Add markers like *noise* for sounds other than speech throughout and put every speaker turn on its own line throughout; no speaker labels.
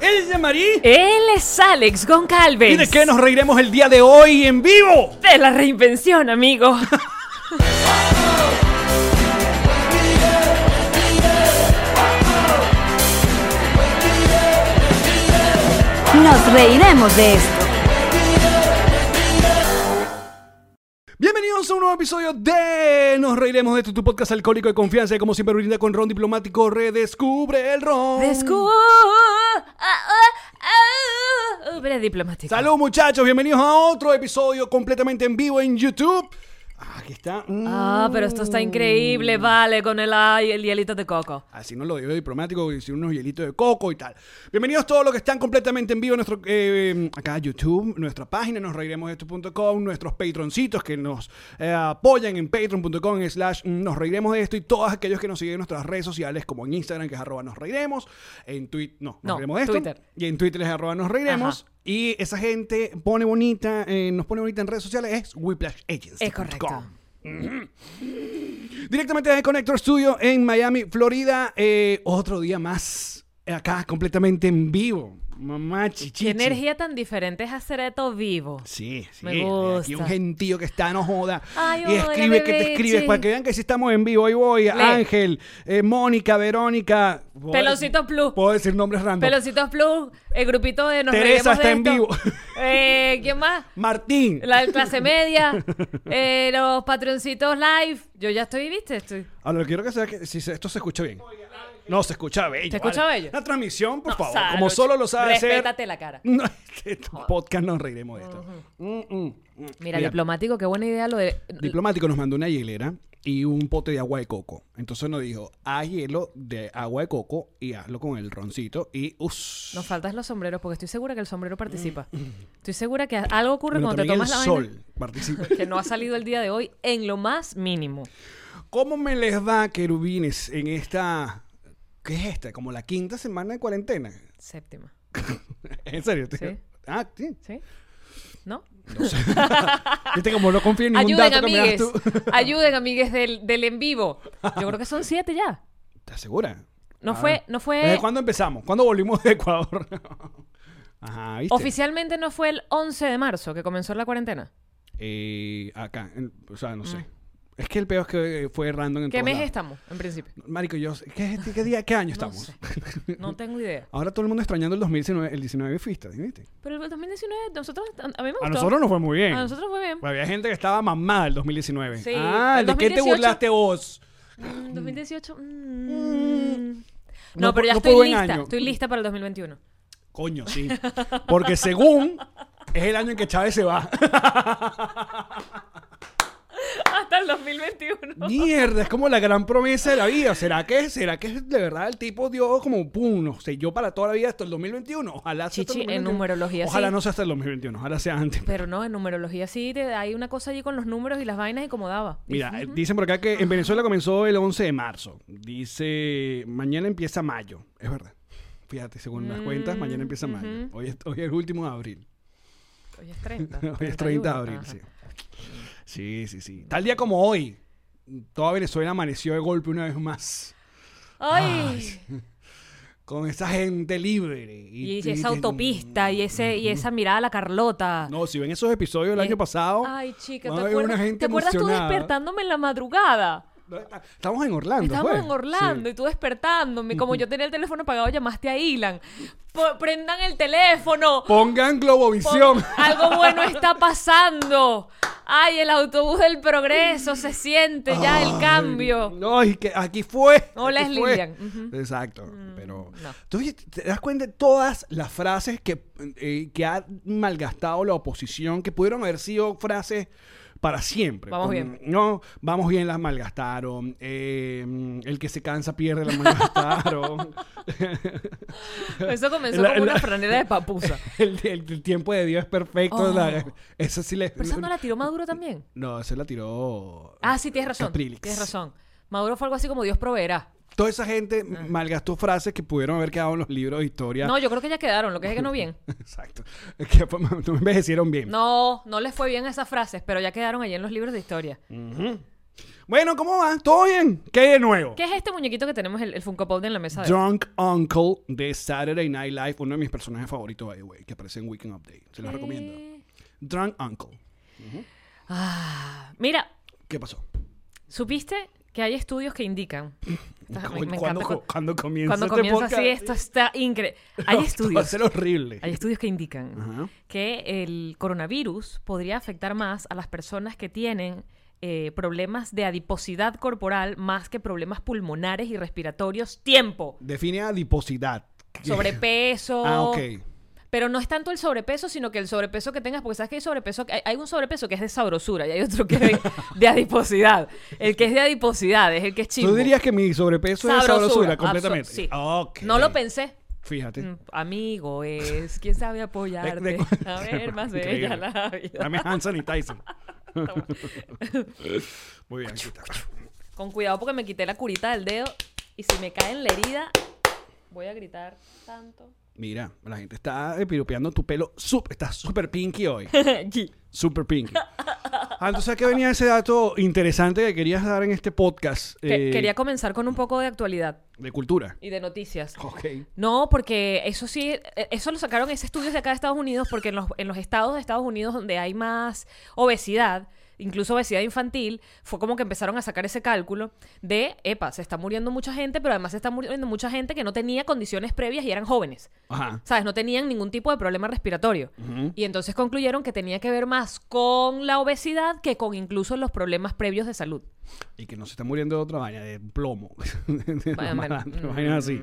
Él de Marí.
Él es Alex Goncalves.
¿Y de qué nos reiremos el día de hoy en vivo?
De la reinvención,
*laughs*
amigo.
Nos reiremos de esto.
Bienvenidos a un nuevo episodio de Nos Reiremos de tu, tu podcast alcohólico de confianza. Y como siempre, brinda con ron diplomático. Redescubre el ron.
Ah, Descubre diplomático.
Salud, muchachos. Bienvenidos a otro episodio completamente en vivo en YouTube. Ah, Aquí está. Mm.
Ah, pero esto está increíble, vale, con el, ay- el hielito de coco.
Así no lo digo diplomático, y si unos hielitos de coco y tal. Bienvenidos todos los que están completamente en vivo en nuestro eh, acá YouTube, nuestra página, nos reiremos de esto.com, nuestros patroncitos que nos eh, apoyan en patreon.com slash mm, nos reiremos de esto y todos aquellos que nos siguen en nuestras redes sociales como en Instagram que es arroba nos reiremos, en Twitter, no, nos
No,
reiremos de esto,
Twitter.
y en Twitter es arroba nos reiremos.
Ajá.
Y esa gente pone bonita, eh, nos pone bonita en redes sociales, es Whiplash Agency.
Es correcto.
Directamente desde Connector Studio en Miami, Florida. Eh, otro día más. Acá, completamente en vivo. Mamá chichichi.
Qué energía tan diferente es hacer esto vivo.
Sí, sí.
Me
Y
gusta.
un gentío que está, no joda.
Ay,
y
hola,
escribe que te
bebé,
escribes.
sí.
Para que vean que sí estamos en vivo. Ahí voy. Ángel, eh, Mónica, Verónica. Voy a
Pelocito
decir-
Plus.
Puedo decir nombres random.
Pelocitos Plus, el grupito de Nos
Teresa
Reiremos
está
de
en
esto.
vivo.
Eh, ¿Quién más?
Martín.
La del clase media, eh, los patroncitos live. Yo ya estoy, viste, estoy.
Ahora, quiero que sea que si se- esto se escucha bien. No, se escucha bello.
¿Se escucha
vale.
bello?
La transmisión, por
No,
favor.
Sara,
Como
no,
solo lo sabe hacer.
respétate la cara.
*laughs* No, este podcast nos reiremos de esto. Mm, mm, mm.
Mira, diplomático, qué buena idea lo de.
Diplomático nos mandó una hielera y un pote de agua de coco. Entonces nos dijo, haz hielo de agua de coco y hazlo con el roncito y us.
Nos faltas los sombreros, porque estoy segura que el sombrero participa. Estoy segura que algo ocurre
Mm. Bueno,
cuando te
también
tomas la
el
vaina.
sol
*laughs*
participa.
Que no ha salido el día de hoy en lo más mínimo.
¿Cómo me les va, querubines, en esta... ¿Qué es esta? Como la quinta semana de cuarentena. *laughs*
Séptima.
¿En serio?
Sí.
Ah, sí.
¿Sí? ¿No?
Viste como no confío en ningún
Ayuden,
dato que me das
amigues.
tú.
Ayuden, amigues del, del en vivo. Yo creo que son siete ya.
¿Estás segura?
No
A
fue-
ver.
no fue-
Ah. ¿Desde cuándo empezamos? ¿Cuándo volvimos de Ecuador? *laughs* Ajá, ¿viste?
Oficialmente no fue el 11 de marzo que comenzó la cuarentena.
Eh, acá, en- o sea, no sé. Es que el peor es que eh, fue random en
Mm. ¿Qué
todos
mes
lados.
estamos,
*laughs*
en principio?
Marico, yo sé- ¿qué, es este- qué día, qué año estamos?
sé. No tengo idea.
Ahora todo el mundo extrañando el 2019, el 19 fiesta, ¿viste?
Pero el 2019, nosotros, a mí me gustó.
A nosotros nos fue muy bien. Pues
A nosotros fue bien.
Había gente que estaba mamada el 2019.
Sí,
ah,
el
¿de qué te
2018?
burlaste vos?
Mm, 2018. mm.
No
No,
fu-
pero ya
no fue
estoy
buen
lista.
año.
Estoy lista para
*laughs*
el 2021.
Coño, sí. Porque según es el año en que Chávez se
*laughs*
va.
Hasta el 2021.
Mierda, es como la gran promesa de la vida. ¿Será que, será que de verdad el tipo dio como pum, no sé, yo para toda la vida hasta el 2021? Ojalá sea hasta el
Chichi, en
2021.
numerología,
Ojalá
sí.
no sea hasta el 2021, ojalá sea antes.
Pero no, en numerología sí te, hay una cosa allí con los números y las vainas y como daba.
Mira, eh, dicen por acá que en Venezuela comenzó el 11 de marzo. Dice, mañana empieza mayo. Es verdad. Fíjate, según las cuentas,
Mm,
mañana empieza mayo. Hoy es, hoy es el último de abril.
Hoy es 30.
*laughs* Hoy es 30 de
31,
abril,
Ah, ajá.
sí. Sí, sí, sí. Tal día como hoy, toda Venezuela amaneció de golpe una vez más.
Ay,
Con esa gente libre. Y,
y
y-
esa autopista y ese
*laughs*
y esa mirada a la Carlota.
No, si ven esos episodios del
Eh,
año pasado.
Ay, chica,
va
¿te
a haber una
acuerdas,
gente
¿te acuerdas tú
emocionada.
despertándome en la madrugada?
Estamos en Orlando.
Estábamos
pues.
en Orlando
Sí.
y tú despertándome. Como yo tenía el teléfono apagado, llamaste a Ilan. Po- Prendan el teléfono.
Pongan
Po-
Globovisión.
Algo bueno está pasando. Ay, el autobús del progreso se siente Este, ya el cambio.
No, y que aquí fue.
Hola,
aquí
es
fue.
Lilian. Ujú. Mm,
Exacto. Pero.
no.
Tú oye, te das cuenta de todas las frases que, eh, que ha malgastado la oposición, que pudieron haber sido frases para siempre.
Vamos bien.
No, vamos bien, las malgastaron. eh, el que se cansa pierde, las
*laughs*
malgastaron.
Eso comenzó
La-
como
la-
una franela de papusa.
el, el- el tiempo de Dios es perfecto.
Oh.
la- esa sí le.
Pero esa no la
*laughs*
tiró Maduro también.
No, esa la tiró.
Ah, sí, tienes razón.
Caprilix.
Tienes razón. Maduro fue algo así como Dios proveerá.
Toda esa gente malgastó frases que pudieron haber quedado en los libros de historia.
Ah. No, yo creo que ya quedaron, lo que es que no bien.
*laughs* Exacto. Es que pues, no envejecieron bien.
No, no les fue bien esas frases, pero ya quedaron allí en los libros de historia.
Bueno, ¿cómo va? ¿Todo bien? ¿Qué hay de nuevo?
¿Qué es este muñequito que tenemos, el, el Funko Pop de en la mesa? De...
Drunk Uncle de Saturday Night Live, uno de mis personajes favoritos, by the way, que aparece en Weekend Update. Se los recomiendo.
Eh,
Drunk Uncle.
ah, mira,
¿Qué pasó?
¿supiste que hay estudios que
*laughs*
indican? Esta- me- me
¿Cuándo,
encanta
co-
cu-
cuándo comienza
cuando
este
comienza
podcast?
así, esto está
*laughs*
increíble. Hay
No, esto Va a
estudios.
ser horrible.
Hay estudios que indican
Ajá.
que el coronavirus podría afectar más a las personas que tienen eh, problemas de adiposidad corporal más que problemas pulmonares y respiratorios.
*laughs*
Tiempo.
Define adiposidad.
Sobrepeso.
Ah, ok.
Pero no es tanto el sobrepeso, sino que el sobrepeso que tengas, porque sabes que hay sobrepeso, que- hay, hay un sobrepeso que es de sabrosura y hay otro que
*laughs*
es de, de adiposidad. El que es de adiposidad es el que es chimbo.
Tú dirías que mi sobrepeso es sabrosura
Abso-
completamente.
sí.
Ok.
No lo pensé.
Fíjate.
Mm, Amigo es, ¿quién sabe apoyarte?
De- de- *laughs*
A ver, más
Increíble.
bella la vida.
*laughs* Dame Hanson y Tyson. *laughs* Muy bien. aquí está.
Con cuidado porque me quité la curita del dedo y si me cae en la herida, voy a gritar
*laughs*
tanto.
Mira, la gente está eh, piropeando tu pelo. Sup- Estás súper pinky hoy.
Aquí.
Super *laughs* pinky. Ah, entonces, ¿a ¿qué venía ese dato interesante que querías dar en este podcast?
Que-
eh,
Quería comenzar con un poco de actualidad
De cultura.
y de noticias.
Ok.
No, porque eso sí, eh, eso lo sacaron ese estudio de acá de Estados Unidos, porque en los, en los estados de Estados Unidos donde hay más obesidad, incluso obesidad infantil, fue como que empezaron a sacar ese cálculo de, epa, se está muriendo mucha gente, pero además se está muriendo mucha gente que no tenía condiciones previas y eran jóvenes.
Ajá.
¿Sabes? No tenían ningún tipo de problema respiratorio. Y entonces concluyeron que tenía que ver más con la obesidad que con incluso los problemas previos de salud.
Y que no se está muriendo de otra vaina, de plomo. *laughs* de
Bueno, bueno,
malandro,
mm,
vainas así.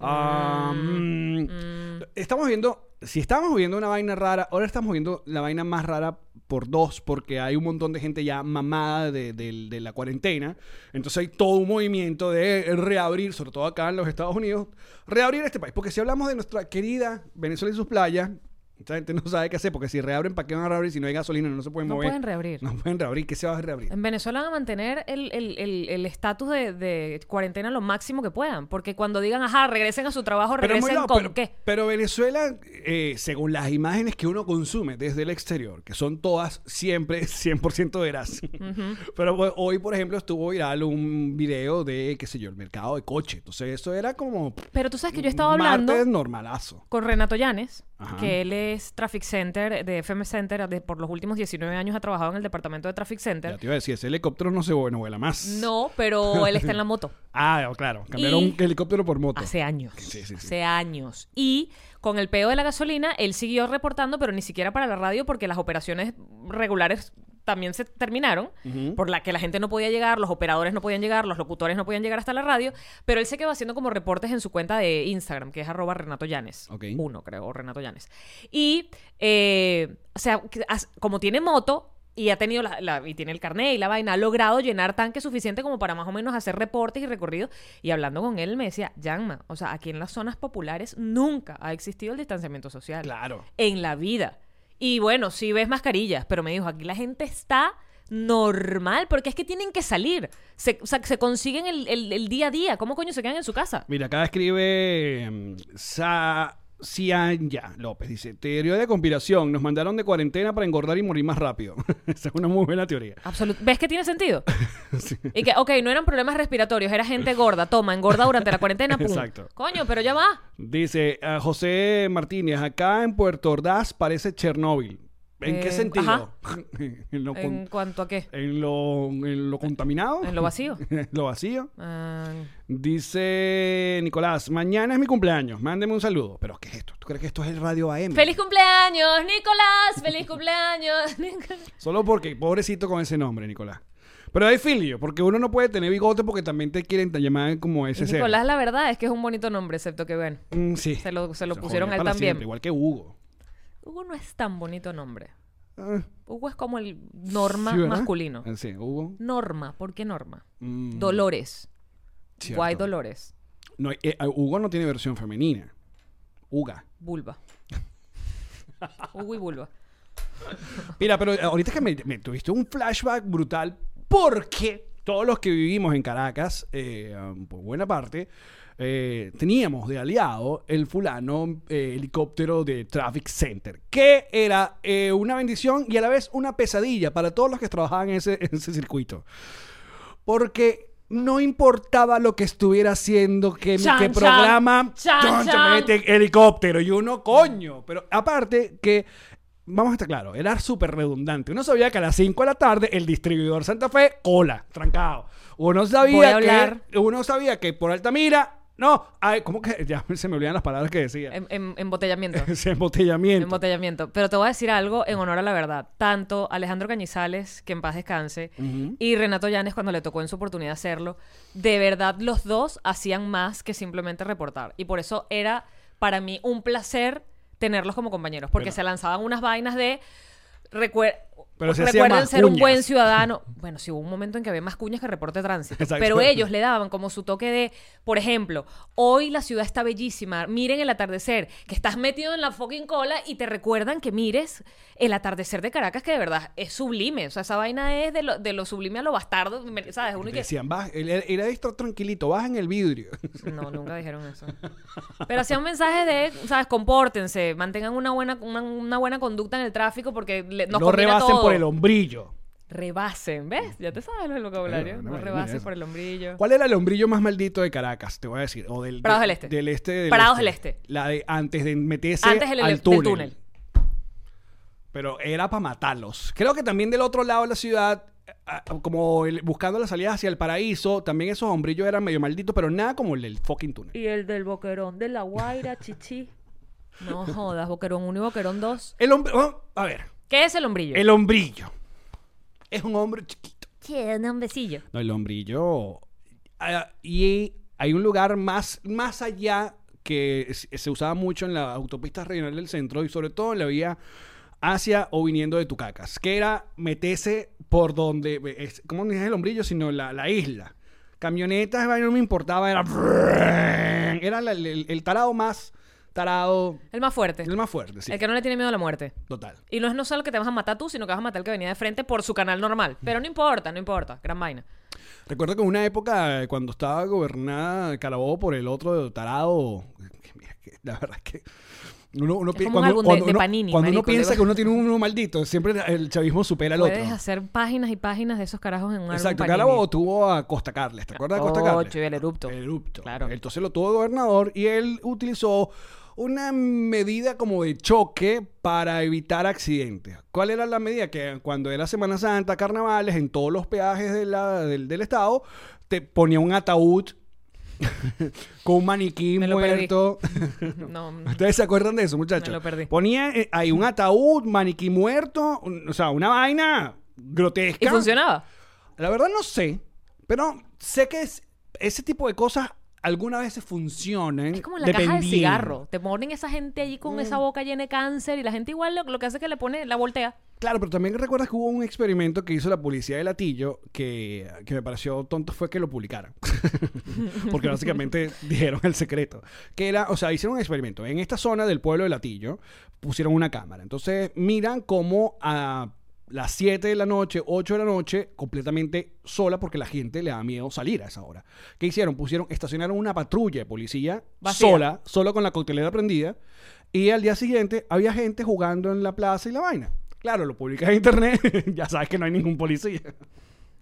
Ah, mm, Estamos viendo, si estábamos viendo una vaina rara, ahora estamos viendo la vaina más rara por dos, porque hay un montón de gente ya mamada de, de- de la cuarentena. Entonces hay todo un movimiento de reabrir, sobre todo acá en los Estados Unidos, reabrir este país. Porque si hablamos de nuestra querida Venezuela y sus playas, esta gente no sabe qué hacer, porque si reabren, ¿para qué van a reabrir si no hay gasolina? No se pueden
No
mover.
pueden reabrir.
No pueden reabrir, ¿qué se va a reabrir?
En Venezuela van a mantener el el- el- el estatus de, de cuarentena lo máximo que puedan, porque cuando digan, ajá, regresen a su trabajo,
Pero, es
regresen
muy loco,
con
pero-
qué.
pero Venezuela, eh, según las imágenes que uno consume desde el exterior, que son todas siempre *laughs* 100% veraz. *laughs* Pero bueno, hoy, por ejemplo, estuvo viral un video de, qué sé yo, el mercado de coche. Entonces, eso era como
Pero tú sabes que yo estaba
un
hablando
martes normalazo.
con Renato Llanes,
Ajá.
que él es Traffic Center de FM Center, de- por los últimos 19 años ha trabajado en el departamento de Traffic Center.
Ya te iba a decir, ese helicóptero no se vu- no vuela más.
No,
*laughs*
pero él está en la moto.
Ah, claro. Cambiaron
Y- Ah,
un helicóptero por moto.
Hace años.
Sí, sí, sí.
Hace años. Y con el peo de la gasolina, él siguió reportando, pero ni siquiera para la radio, porque las operaciones regulares también se terminaron, por la que la gente no podía llegar, los operadores no podían llegar, los locutores no podían llegar hasta la radio, pero él se quedó haciendo como reportes en su cuenta de Instagram, que es arroba Renato Llanes.
Ok.
Uno, creo, o Renato Llanes. Y, eh, o sea, que as- como tiene moto y ha tenido la, la- y tiene el carnet y la vaina, ha logrado llenar tanque suficiente como para más o menos hacer reportes y recorridos. Y hablando con él, me decía, Yanma, o sea, aquí en las zonas populares nunca ha existido el distanciamiento social.
Claro.
En la vida. Y bueno, sí ves mascarillas, pero me dijo, aquí la gente está normal, porque es que tienen que salir. Se, o sea, se consiguen el, el- el día a día. ¿Cómo coño se quedan en su casa?
Mira, acá escribe mm, Sa Cianya López. Dice, teoría de conspiración. Nos mandaron de cuarentena para engordar y morir más rápido. *laughs* Esa es una muy buena teoría.
Absolut- ¿Ves que tiene sentido?
Sí.
Y que, ok, no eran problemas respiratorios, era gente gorda. Toma, engorda durante la cuarentena, pum.
Exacto.
Coño, pero ya va.
Dice ah, José Martínez, acá en Puerto Ordaz parece Chernóbil. ¿En
Eh,
qué sentido?
ajá.
*laughs* ¿En, lo
¿En
con-
cuanto a qué?
en lo, en lo contaminado?
¿En lo vacío?
*laughs* En lo vacío.
Ah,
Dice Nicolás, mañana es mi cumpleaños, mándeme un saludo. ¿Pero qué es esto? ¿Tú crees que esto es el radio AM?
¡Feliz cumpleaños, Nicolás! ¡Feliz cumpleaños! Nicolás!
Solo porque, pobrecito con ese nombre, Nicolás. Pero hay filio, porque uno no puede tener bigote porque también te quieren llamar como ese
Y
ser.
Nicolás, la verdad es que es un bonito nombre, excepto que, bueno,
Mm, sí.
se lo, se lo
Se
pusieron
jodió
a él
para
también.
siempre, igual que Hugo.
Hugo no es tan bonito nombre.
Ah,
Hugo es como el norma
sí, ¿verdad?
masculino.
Ah, Sí, Hugo.
Norma, ¿por qué norma?
Mm,
Dolores.
cierto.
Guay Dolores.
No, eh, eh, Hugo no tiene versión femenina. Uga. *laughs*
Vulva. Hugo y vulva.
Mira, pero eh, ahorita que me, me tuviste un flashback brutal porque todos los que vivimos en Caracas, eh, um, por buena parte, eh, teníamos de aliado el fulano eh, helicóptero de Traffic Center, que era eh, una bendición y a la vez una pesadilla para todos los que trabajaban en ese, en ese circuito. porque no importaba lo que estuviera haciendo, que, mi-
Chan,
que
chan.
programa,
Chan,
chon, se
chan.
mete helicóptero y uno, coño. Pero aparte que, vamos a estar claro, era súper redundante. Uno sabía que a las 5 de la tarde el distribuidor Santa Fe, cola, trancado. Uno
Voy a
sabía
hablar.
que, uno sabía que por Altamira, no, ay, ¿cómo que? *laughs* Ya se me olvidan las palabras que decía.
En- en- embotellamiento.
*laughs* Ese embotellamiento.
Embotellamiento. Pero te voy a decir algo en honor a la verdad. Tanto Alejandro Cañizales, que en paz descanse, y Renato Llanes, cuando le tocó en su oportunidad hacerlo, de verdad los dos hacían más que simplemente reportar. Y por eso era para mí un placer tenerlos como compañeros, porque
Bueno.
se lanzaban unas vainas de... recuer-
Pero se hacía
recuerden
más
ser un
cuñas.
buen ciudadano. Bueno, sí hubo un momento en que había más cuñas que reporte de
*laughs*
tránsito.
Exacto.
Pero ellos le daban como su toque de, por ejemplo, hoy la ciudad está bellísima, miren el atardecer, que estás metido en la fucking cola y te recuerdan que mires el atardecer de Caracas, que de verdad es sublime. O sea, esa vaina es de lo, de lo sublime a lo bastardo, me- ¿sabes? Uno y que...
Decían, "Baja", era era de estar tranquilito, baja en el vidrio. *laughs*
No, nunca dijeron eso. Pero hacían mensajes de, ¿sabes? Compórtense, mantengan una buena, una, una buena conducta en el tráfico porque le- nos
no
conviene a
rebasen
todos.
por el hombrillo.
Rebasen, ¿ves? Ya te sabes el
Eh,
vocabulario.
bueno,
No
bueno,
rebases
eso.
por el hombrillo.
¿Cuál era el hombrillo más maldito de Caracas? Te voy a decir. O del,
Prados
de-
del Este.
Del este. Del
Prados del Este.
La de antes de meterse
Antes del,
al
del
túnel.
túnel.
Pero era para matarlos. Creo que también del otro lado de la ciudad, ah, ah, como el- buscando la salida hacia el paraíso, también esos hombrillos eran medio malditos, pero nada como el del fucking túnel.
Y el del boquerón de la Guaira, chichi. No jodas, boquerón 1 y boquerón 2.
El hombre. oh, a ver.
¿Qué es el hombrillo?
El hombrillo. Es un hombre chiquito.
Che, un hombrecillo.
No, el hombrillo. Ah, y hay un lugar más, más allá que es- se usaba mucho en la autopista regional del centro y sobre todo en la vía hacia o viniendo de Tucacas, que era meterse por donde, es, ¿cómo no es el hombrillo? Sino la, la isla. Camionetas, vaina, no me importaba, era... Era la- el, el tarado más tarado,
El más fuerte.
el más fuerte, sí.
El que no le tiene miedo a la muerte.
Total.
Y no es no solo que te vas a matar tú, sino que vas a matar al que venía de frente por su canal normal. Pero no importa, no importa. Gran vaina.
Recuerdo que en una época, eh, cuando estaba gobernada Carabobo por el otro tarado, que mira, que la verdad es que uno, uno pi-
como un
cuando,
álbum de-
cuando
de
uno-
Panini,
cuando uno
marico,
piensa
de-
que uno tiene uno maldito, siempre el chavismo supera al otro.
Puedes hacer páginas y páginas de esos carajos en un álbum
Exacto,
Panini.
Carabobo tuvo a Costa Carles, ¿te acuerdas de Costa
Oh,
Carles?
chivo, el erupto.
El erupto.
Claro.
Entonces lo tuvo gobernador y él utilizó una medida como de choque para evitar accidentes. ¿Cuál era la medida? Que cuando era Semana Santa, carnavales, en todos los peajes de la- del, del estado, te ponía un ataúd *laughs* con un maniquí
Me lo perdí.
muerto.
No,
*laughs* ¿Ustedes se acuerdan de eso, muchachos?
Me lo perdí.
Ponía eh, ahí un ataúd, maniquí muerto, un- o sea, una vaina grotesca.
y funcionaba.
Mm, La verdad no sé, pero sé que es- ese tipo de cosas alguna vez se funcionan.
Es como la caja de
dependiendo.
cigarro. Te ponen esa gente allí con
Mm.
esa boca llena de cáncer y la gente igual lo, lo que hace es que le pone, la voltea.
Claro, pero también recuerdas que hubo un experimento que hizo la policía de Latillo que, que me pareció tonto fue que lo publicaran. *laughs* Porque básicamente dijeron el secreto. Que era, o sea, hicieron un experimento. En esta zona del pueblo de Latillo pusieron una cámara. Entonces miran cómo a las 7 de la noche, 8 de la noche, completamente sola porque la gente le da miedo salir a esa hora. ¿Qué hicieron? Pusieron, estacionaron una patrulla de policía
Vacía.
sola, solo con la coctelera prendida. Y al día siguiente había gente jugando en la plaza y la vaina. Claro, lo publicas en internet, *laughs* ya sabes que no hay ningún policía.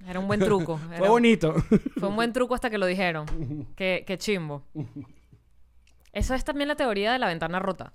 Era un buen truco.
*laughs*
era
Fue
un- *laughs*
bonito.
Fue un buen truco hasta que lo dijeron. Qué, qué chimbo. Eso es también la teoría de la ventana rota.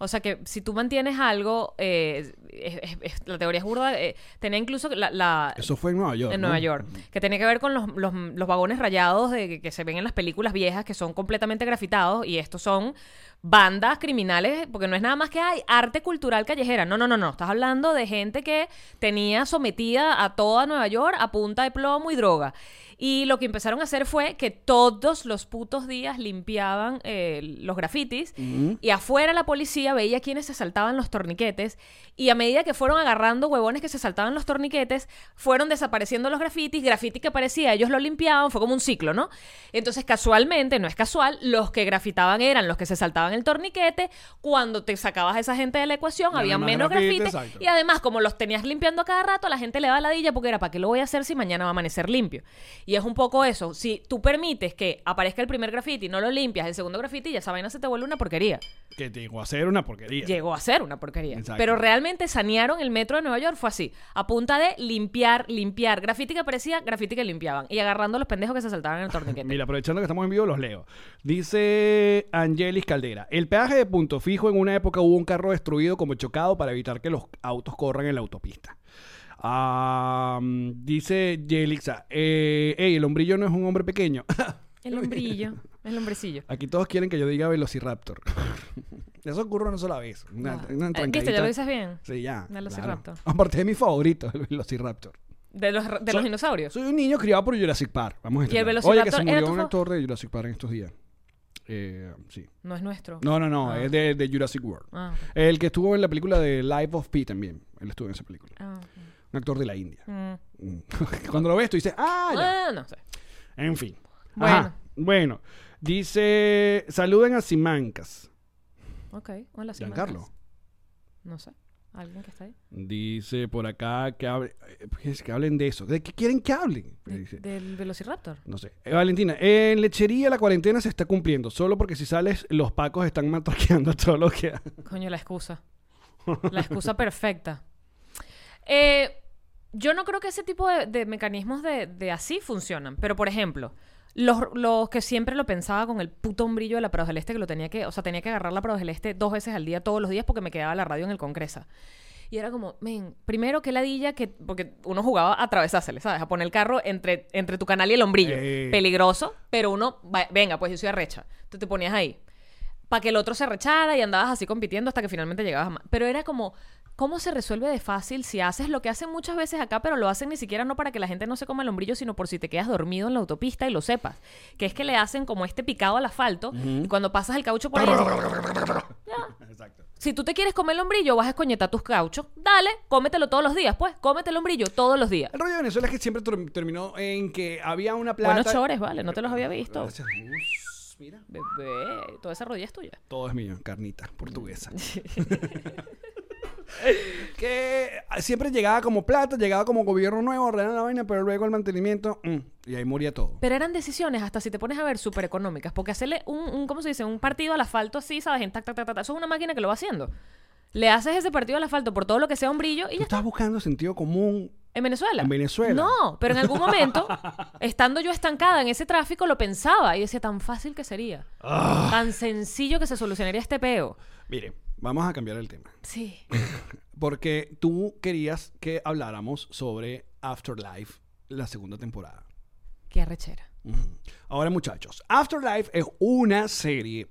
O sea que si tú mantienes algo, eh, es- es- es- la teoría es burda. eh, tenía incluso la, la-
Eso fue en Nueva York.
en
¿no?
Nueva York, que tenía que ver con los, los- los vagones rayados de, que, que se ven en las películas viejas, que son completamente grafitados, y estos son bandas criminales, porque no es nada más que hay arte cultural callejera. No, no, no, no. Estás hablando de gente que tenía sometida a toda Nueva York a punta de plomo y droga. Y lo que empezaron a hacer fue que todos los putos días limpiaban eh, los grafitis y afuera la policía veía quienes se saltaban los torniquetes y a medida que fueron agarrando huevones que se saltaban los torniquetes, fueron desapareciendo los grafitis, grafitis que aparecía, ellos lo limpiaban, fue como un ciclo, ¿no? Entonces casualmente, no es casual, los que grafitaban eran los que se saltaban sacaban el torniquete, cuando te sacabas a esa gente de la ecuación,
Ya,
había
además,
menos
grafite,
grafite.
exacto.
Y además, como los tenías limpiando a cada rato, a la gente le da ladilla porque era, ¿para qué lo voy a hacer si mañana va a amanecer limpio? Y es un poco eso. Si tú permites que aparezca el primer grafiti y no lo limpias, el segundo grafiti, ya esa vaina se te vuelve una porquería.
Que te digo, hacer una porquería.
Llegó a ser una porquería.
Exacto.
Pero realmente sanearon el metro de Nueva York, fue así. A punta de limpiar, limpiar. Grafiti que aparecía, grafiti que limpiaban. Y agarrando a los pendejos que se saltaban en el
*laughs*
torniquete.
Mira, aprovechando que estamos en vivo, los leo. Dice Angelis Caldera. El peaje de punto fijo en una época hubo un carro destruido como chocado para evitar que los autos corran en la autopista. Ah, dice Yelixa. Eh, "Ey, el hombrillo no es un hombre pequeño. *laughs*
el hombrillo, el hombrecillo.
Aquí todos quieren que yo diga Velociraptor. *laughs* Eso ocurre una sola vez. Una,
Ah.
una
Eh, ¿Viste? Ya
trancadita.
lo dices bien.
Sí, ya.
Velociraptor.
claro. Aparte es mi favorito, el Velociraptor.
De los, de
Soy-
los dinosaurios.
Soy un niño criado por Jurassic Park. Vamos a
¿Y el
entender.
Velociraptor
Oye, que se
era
murió
tu
un
fa-
actor de Jurassic Park en estos días. Eh, sí.
No es nuestro.
No, no, no,
Ah.
es de, de Jurassic World.
Ah, ok.
El que estuvo en la película de Life of Pi también. Él estuvo en esa película.
Ah, ok.
Un actor de la India.
Mm.
Mm. *laughs* Cuando lo ves, tú dices, ah, ya.
Ah, no sé.
En fin.
Bueno.
Ajá. Bueno. Dice, saluden a Simancas.
Ok. Hola, sí,
Giancarlo.
Marcos. No sé. ¿Alguien que está ahí?
Dice por acá que, hable- eh, pues, que hablen de eso. ¿De qué quieren que hablen?
De-
Dice.
del Velociraptor.
No sé. Eh, Valentina, en lechería la cuarentena se está cumpliendo. Solo porque si sales, los pacos están matraqueando todo lo que. *laughs*
Coño, la excusa. La excusa perfecta. Eh, yo no creo que ese tipo de, de mecanismos de, de así funcionan. Pero, por ejemplo, los, los que siempre lo pensaba con el puto hombrillo de la Prados del Este, que lo tenía que... O sea, tenía que agarrar la Prados del Este dos veces al día, todos los días, porque me quedaba la radio en el Congresa. Y era como, men, primero que ladilla que... Porque uno jugaba a atravesársele, ¿sabes? A poner el carro entre, entre tu canal y el hombrillo.
Eh.
Peligroso, pero uno... va- venga, pues yo soy arrecha. Tú te ponías ahí para que el otro se rechara y andabas así compitiendo hasta que finalmente llegabas a más. Pero era como, ¿cómo se resuelve de fácil si haces lo que hacen muchas veces acá, pero lo hacen ni siquiera no para que la gente no se coma el hombrillo, sino por si te quedas dormido en la autopista y lo sepas? Que es que le hacen como este picado al asfalto y cuando pasas el caucho por ahí...
Exacto.
Si tú te quieres comer el hombrillo, vas a escoñetar tus cauchos. Dale, cómetelo todos los días, pues. Cómete el hombrillo todos los días.
El rollo de Venezuela es que siempre ter- terminó en que había una plata.
Buenos chores, vale. No te los había visto.
Gracias. Ups, Mira.
Bebé, toda esa rodilla es tuya.
Todo es mío, carnita
*laughs*
portuguesa. que siempre llegaba como plata, llegaba como gobierno nuevo, ordenaban la vaina, pero luego el mantenimiento, mm, y ahí moría todo.
Pero eran decisiones, hasta si te pones a ver, súper económicas. Porque hacerle un, un, ¿cómo se dice? Un partido al asfalto así, ¿sabes? En tac, tac, tac, tac, tac. Eso es una máquina que lo va haciendo. Le haces ese partido al asfalto por todo lo que sea un brillo
Tú
y ya está.
estás buscando sentido común.
¿En Venezuela?
en Venezuela.
No, pero en algún momento,
*laughs*
estando yo estancada en ese tráfico, lo pensaba y decía, tan fácil que sería. Tan sencillo que se solucionaría este peo.
Ah, Mire, vamos a cambiar el tema.
Sí.
Eh. Porque tú querías que habláramos sobre Afterlife, la segunda temporada.
Qué arrechera.
Ujú. Ahora, muchachos, Afterlife es una serie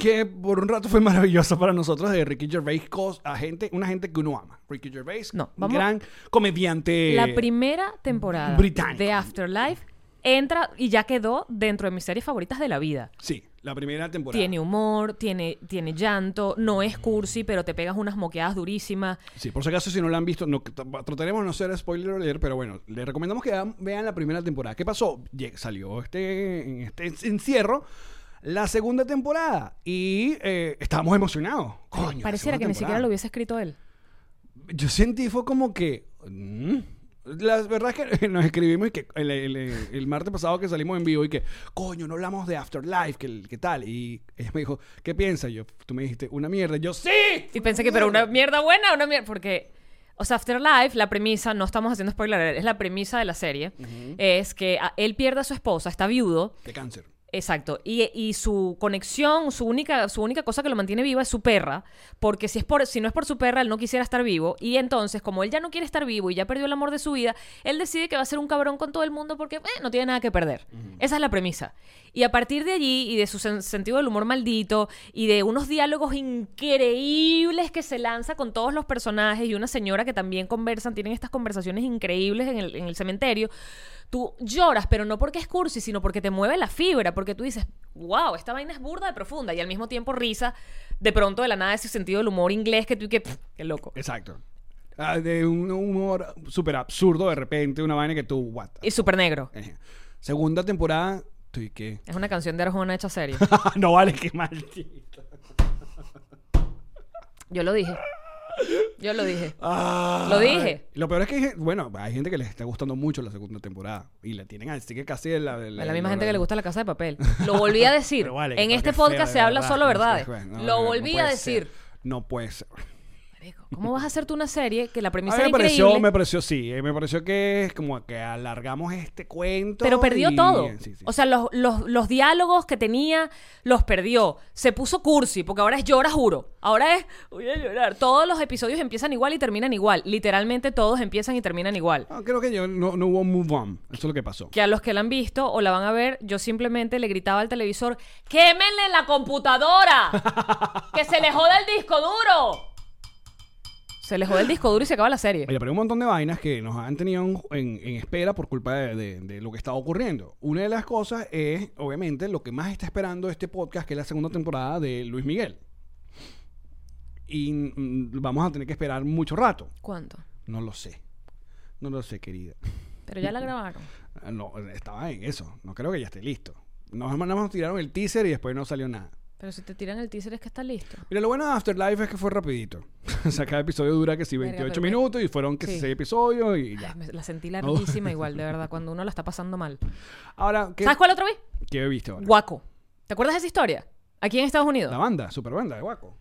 que por un rato fue maravillosa para nosotros de Ricky Gervais, cos- a gente, una gente que uno ama. Ricky Gervais,
No, vamos-
gran comediante.
La primera temporada
Eh. británico.
de Afterlife entra y ya quedó dentro de mis series favoritas de la vida.
Sí, la primera temporada.
Tiene humor, tiene, tiene llanto, no es cursi, pero te pegas unas moqueadas durísimas.
Sí, por si acaso, si no la han visto, no, trataremos de no ser spoiler alert, pero bueno, les recomendamos que vean, vean la primera temporada. ¿Qué pasó? Ye- Salió este, en este encierro la segunda temporada y eh, estábamos emocionados. Coño, la segunda
Pareciera que ni siquiera
temporada.
lo hubiese escrito él.
Yo sentí, fue como que. mm. La verdad es que *laughs* nos escribimos y que el, el- el- el martes pasado que salimos en vivo y que, coño, no hablamos de Afterlife, que, que tal. Y ella me dijo, ¿qué piensas? Yo, tú me dijiste, una mierda. Yo, ¡sí!
Y pensé que, pero una mierda buena, una mierda. Porque, o sea, Afterlife, la premisa, no estamos haciendo spoiler, es la premisa de la serie. Es que a- él pierde a su esposa, está viudo.
De cáncer.
Exacto. Y, y su conexión, su única, su única cosa que lo mantiene viva es su perra. Porque si, es por, si no es por su perra, él no quisiera estar vivo. Y entonces, como él ya no quiere estar vivo y ya perdió el amor de su vida, él decide que va a ser un cabrón con todo el mundo porque eh, no tiene nada que perder. Esa es la premisa. Y a partir de allí, y de su sen- sentido del humor maldito, y de unos diálogos increíbles que se lanza con todos los personajes, y una señora que también conversan, tienen estas conversaciones increíbles en el, en el cementerio, tú lloras, pero no porque es cursi, sino porque te mueve la fibra, porque tú dices, wow, esta vaina es burda de profunda, y al mismo tiempo risa, de pronto de la nada ese sentido del humor inglés que tú y que, pff, qué loco.
Exacto. Ah, de un humor súper absurdo de repente, una vaina que tú, what?
Y súper negro.
Ajá. Segunda temporada, Exacto, ¿y qué? *laughs*
Es una canción de Arjona hecha serio.
no vale, qué maldito.
Yo lo dije. Yo lo dije.
*laughs* Ah.
Lo dije.
Lo peor es que, hay gen- bueno, hay gente que les está gustando mucho la segunda temporada. Y la tienen así que casi de la, de
A la misma gente que le gusta la casa de papel. Lo volví a
*laughs*
decir.
Pero vale,
en
pero
este
qué feo,
podcast
de
se habla
verdad.
solo
No,
verdades.
pues, no,
Lo
no
volví
puede
a
ser.
decir.
No puede ser.
Marico, ¿Cómo vas a hacerte una serie que la
A mí
premisa
me
era
pareció,
increíble?
me pareció, sí, eh, me pareció que es como que alargamos este cuento.
Pero perdió
y-
todo.
sí, sí.
O sea, los, los, los diálogos que tenía los perdió. Se puso cursi, porque ahora es llora, juro. Ahora es voy a llorar. Todos los episodios empiezan igual y terminan igual. Literalmente todos empiezan y terminan igual.
No, creo que yo no, no hubo move on. Eso es lo que pasó.
Que a los que la han visto o la van a ver, yo simplemente le gritaba al televisor: ¡Quémenle la
*laughs*
computadora! ¡Que se le joda el disco duro! Se le joda el disco duro y se acaba la serie.
Mira, pero hay un montón de vainas que nos han tenido en, en- en espera por culpa de, de- de lo que está ocurriendo. Una de las cosas es, obviamente, lo que más está esperando este podcast, que es la segunda temporada de Luis Miguel. Y mm, vamos a tener que esperar mucho rato.
¿Cuánto?
No lo sé. No lo sé, querida. *laughs*
Pero ya la grabaron.
Ah, No, estaba en eso. No creo que ya esté listo. Nos, nos tiraron el teaser y después no salió nada.
Pero si te tiran el teaser es que está listo.
Mira, lo bueno de Afterlife es que fue rapidito. *laughs* o sea, cada episodio dura que si
Verga,
28
pero-
minutos y fueron que si
Sí.
6 episodios y
Ay,
ya.
me- la
*laughs*
sentí larguísima igual, de verdad, cuando uno la está pasando mal.
Ahora, ¿qué,
¿Sabes cuál otro vi?
qué he visto ahora?
Guaco. ¿Te acuerdas de esa historia? Aquí en Estados Unidos.
La banda, super banda de Guaco.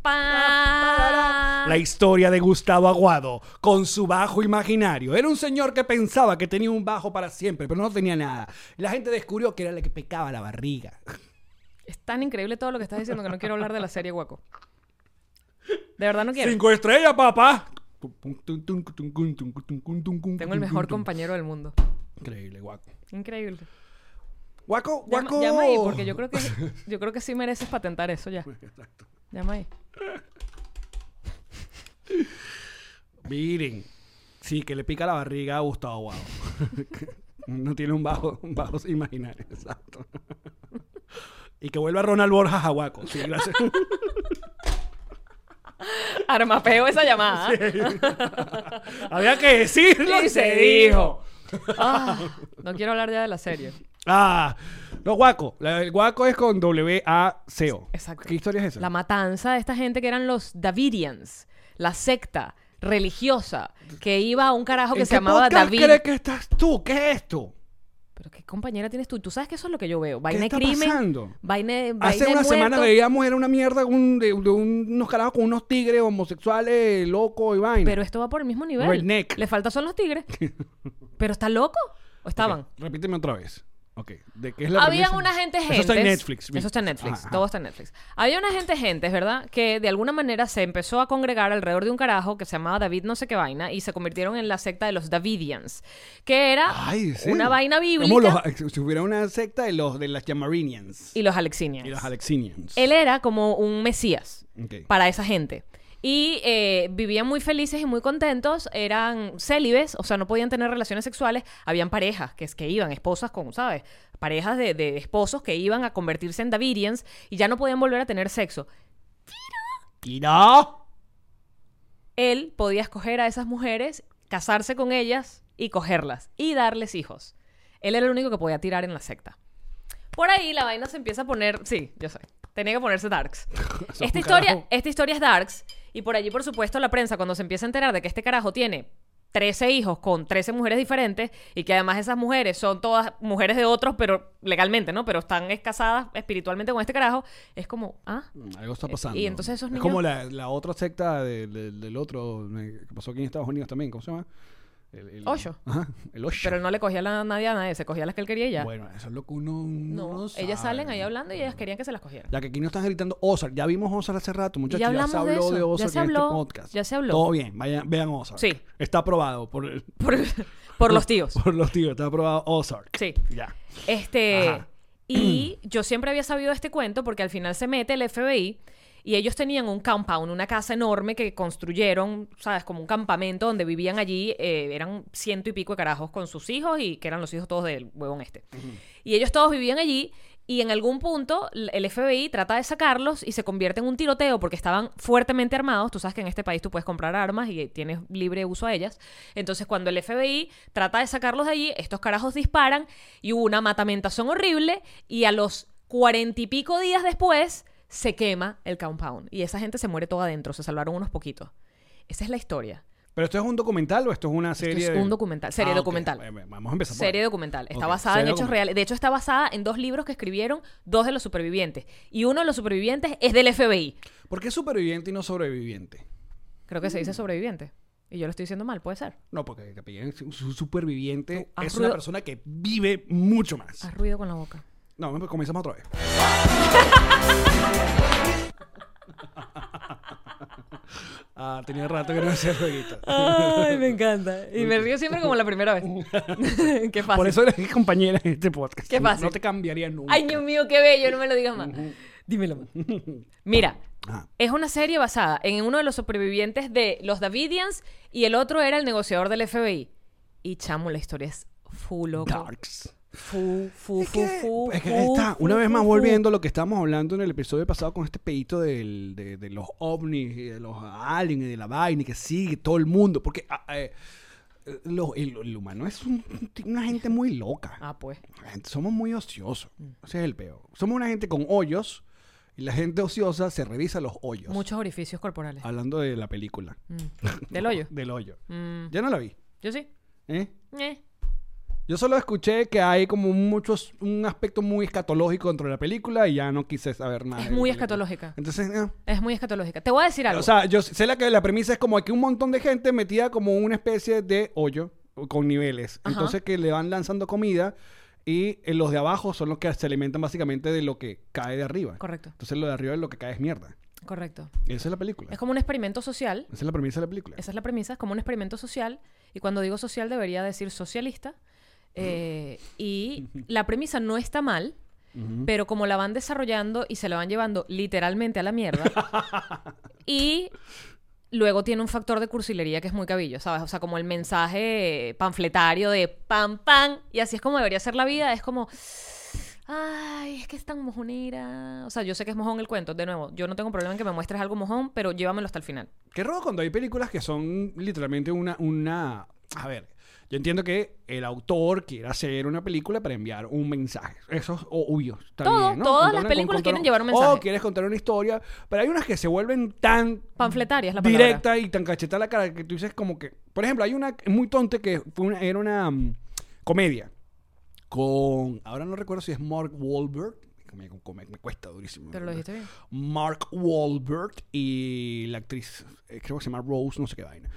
Pa-
La historia de Gustavo Aguado con su bajo imaginario. Era un señor que pensaba que tenía un bajo para siempre, pero no tenía nada. La gente descubrió que era la que pecaba la barriga.
Es tan increíble todo lo que estás diciendo que no quiero hablar de la serie Guaco. De verdad no quiero.
Cinco estrellas, papá.
Tengo el mejor compañero del mundo.
Increíble, Guaco.
Increíble.
Guaco,
Llama,
Guaco.
llama ahí, porque yo creo que yo creo que sí mereces patentar eso ya. Llama ahí.
Miren. Sí, que le pica la barriga a Gustavo Aguado. *laughs* no tiene un bajo, un bajo imaginario, exacto. *laughs* y que vuelva Ronald Borja a Guaco. Sí, gracias.
Armapeo esa llamada. ¿ah?
Había que decirlo
Y se dijo. Ah, no quiero hablar ya de la serie.
Ah, no, guaco. La- el guaco es con W-A-C-O.
Exacto.
¿Qué historia es esa?
La matanza de esta gente que eran los Davidians, la secta religiosa que iba a un carajo
¿En
que se
qué
llamaba
podcast
David.
crees que estás tú? ¿Qué es esto?
Pero qué compañera tienes tú, tú sabes que eso es lo que yo veo, vaina de
está
crimen,
pasando?
vaina de vaina
Hace
de
una semana
muertos,
veíamos, era una mierda un- de, de un- unos carajos con unos tigres homosexuales, locos y vaina.
pero esto va por el mismo nivel.
Redneck.
Le falta son
*laughs*
los tigres. pero está loco o estaban.
Ok, repíteme otra vez. Ok. ¿De qué es la
Habían
premisa?
una gente gente.
Eso está en Netflix. Ah, vi.
Eso está en Netflix.
Ajá, ajá.
Todo está en Netflix. Había una gente gente, ¿verdad? Que de alguna manera se empezó a congregar alrededor de un carajo que se llamaba David no sé qué vaina y se convirtieron en la secta de los Davidians, que era
Ay, sí.
una vaina bíblica
Como los- eh, si hubiera una secta de los de las Yamarinians.
y los Alexinians.
Y los Alexinians.
Él era como un mesías
Ok.
para esa gente. Y eh, vivían muy felices y muy contentos, eran célibes, o sea, no podían tener relaciones sexuales, habían parejas que, es que iban, esposas con, ¿sabes? Parejas de, de esposos que iban a convertirse en Davidians y ya no podían volver a tener sexo.
Y no.
Él podía escoger a esas mujeres, casarse con ellas y cogerlas y darles hijos. Él era el único que podía tirar en la secta. Por ahí la vaina se empieza a poner, sí, yo sé, tenía que ponerse darks.
Eso es
esta
un
historia,
carajo.
esta historia es Darks. Y por allí, por supuesto, la prensa, cuando se empieza a enterar de que este carajo tiene 13 hijos con 13 mujeres diferentes y que además esas mujeres son todas mujeres de otros, pero legalmente, ¿no? Pero están es- casadas espiritualmente con este carajo, es como, ah,
Mm, Algo está pasando.
y entonces esos
Es
niños-
como la, la otra secta de- de- del otro eh, que pasó aquí en Estados Unidos también. ¿Cómo se llama? El, el-
Osho.
Ajá, el Osho.
pero él no le cogía la, a nadie a nadie, se cogía las que él quería y ya.
Bueno, eso es lo que uno
no,
no, sabe.
ellas salen ahí hablando y ellas querían que se las cogieran. *laughs*
La que aquí no están gritando Ozark. Ya vimos Ozark hace rato, muchachos.
ya hablamos
se
de
habló
eso.
de,
Ya
Ozark
se
en
habló,
este podcast.
ya se habló.
Todo bien. Vayan, vean Ozark.
Sí.
Está aprobado por, el-
Por, por
*laughs*
los tíos.
por los tíos. Está aprobado Ozark.
Sí.
Ya.
Este,
Ajá.
y yo siempre había sabido este cuento porque al final se mete el FBI y ellos tenían un compound, una casa enorme que construyeron, ¿sabes? Como un campamento donde vivían allí, eh, eran ciento y pico de carajos con sus hijos y que eran los hijos todos del huevón este. Y ellos todos vivían allí Y en algún punto l- el FBI trata de sacarlos y se convierte en un tiroteo porque estaban fuertemente armados. Tú sabes que en este país tú puedes comprar armas y tienes libre uso a ellas. Entonces cuando el FBI trata de sacarlos de allí, estos carajos disparan y hubo una matamentación horrible y a los cuarenta y pico días después se quema el compound. Y esa gente se muere toda adentro, se salvaron unos poquitos. Esa es la historia.
¿Pero esto es un documental o esto es una serie?
Esto es
de-
un documental, serie
Ah, ok.
documental.
Eh, eh, Vamos a empezar por...
Serie documental. Está
Ok,
basada en
serie
hechos
documental.
reales. De hecho, está basada en dos libros que escribieron dos de los supervivientes. Y uno de los supervivientes es del FBI.
¿Por qué superviviente y no sobreviviente?
Creo que se
Mm.
dice sobreviviente. Y yo lo estoy diciendo mal, puede ser.
No, porque te piden su- su superviviente
Tú has
es una
ruido-
persona que vive mucho más.
Haz ruido con la boca.
No, pues comenzamos otra
*laughs*
vez. ah, tenía rato que no hacía el jueguito.
Ah, Ay, me encanta. Y me río siempre como la
*laughs*
primera vez. Qué fácil.
Por eso eres mi compañera en este podcast.
Qué fácil.
No te cambiaría nunca.
Ay, Dios mío, qué bello, no me lo digas más.
Mm, *laughs*
Dímelo más. Mira,
Ajá.
es una serie basada en uno de los supervivientes de los Davidians y el otro era el negociador del FBI. Y chamo, la historia es full loco.
Darks.
Fu, fu,
Es
fu,
que,
fu,
es que
fu,
ahí está,
fu,
una vez
fu,
más
fu.
volviendo a lo que estábamos hablando en el episodio pasado con este pedito del- de, de los ovnis y de los aliens y de la vaina y que sigue todo el mundo. Porque ah, eh, eh, lo- el, el humano es un- una gente muy loca.
Ah, Mm. pues.
La gente- somos muy ociosos. Ese es el peor. Somos una gente con hoyos y la gente ociosa se revisa los hoyos.
Muchos orificios corporales.
Hablando de la película.
Mm. ¿Del hoyo?
Del hoyo.
Mm.
Ya no la vi.
Yo sí.
¿eh?
Eh.
Yo solo escuché que hay como muchos, un aspecto muy escatológico dentro de la película y ya no quise saber nada.
Es
de la
muy
película.
escatológica.
Entonces, eh,
Es muy escatológica. Te voy a decir algo.
o sea, yo sé la que la premisa es como que un montón de gente metida como una especie de hoyo con niveles.
Ajá.
Entonces que le van lanzando comida y eh, los de abajo son los que se alimentan básicamente de lo que cae de arriba.
Correcto,
Entonces lo de arriba es lo que cae es mierda.
correcto.
Esa es la película.
Es como un experimento social.
Esa es la premisa de la película.
Esa es la premisa, es como un experimento social. Y cuando digo social debería decir socialista. Eh, y la premisa no está mal, pero como la van desarrollando y se la van llevando literalmente a
*laughs*
la mierda. y luego tiene un factor de cursilería que es muy cabillo, ¿sabes? O sea, como el mensaje panfletario de pam, pam. Y así es como debería ser la vida. Es como... Ay, es que es tan mojonera. O sea, yo sé que es mojón el cuento. De nuevo, yo no tengo problema en que me muestres algo mojón, pero llévamelo hasta el final.
Qué raro cuando hay películas que son literalmente una, una... A ver, yo entiendo que el autor quiere hacer una película para enviar un mensaje. Eso es obvio. está
Todo,
bien, ¿no?
todas
Contar
las
una-
películas
contar
quieren
una-
llevar un
O
mensaje.
quieres contar una historia, pero hay unas que se vuelven tan...
Panfletaria es la palabra.
directa y tan cachetada la cara que tú dices como que... Por ejemplo, hay una muy tonta que fue una- era una mm, comedia con... Ahora no recuerdo si es Mark Wahlberg. Me, me- me cuesta durísimo.
Pero lo dijiste bien.
Mark Wahlberg y la actriz, eh, creo que se llama Rose, no sé qué vaina.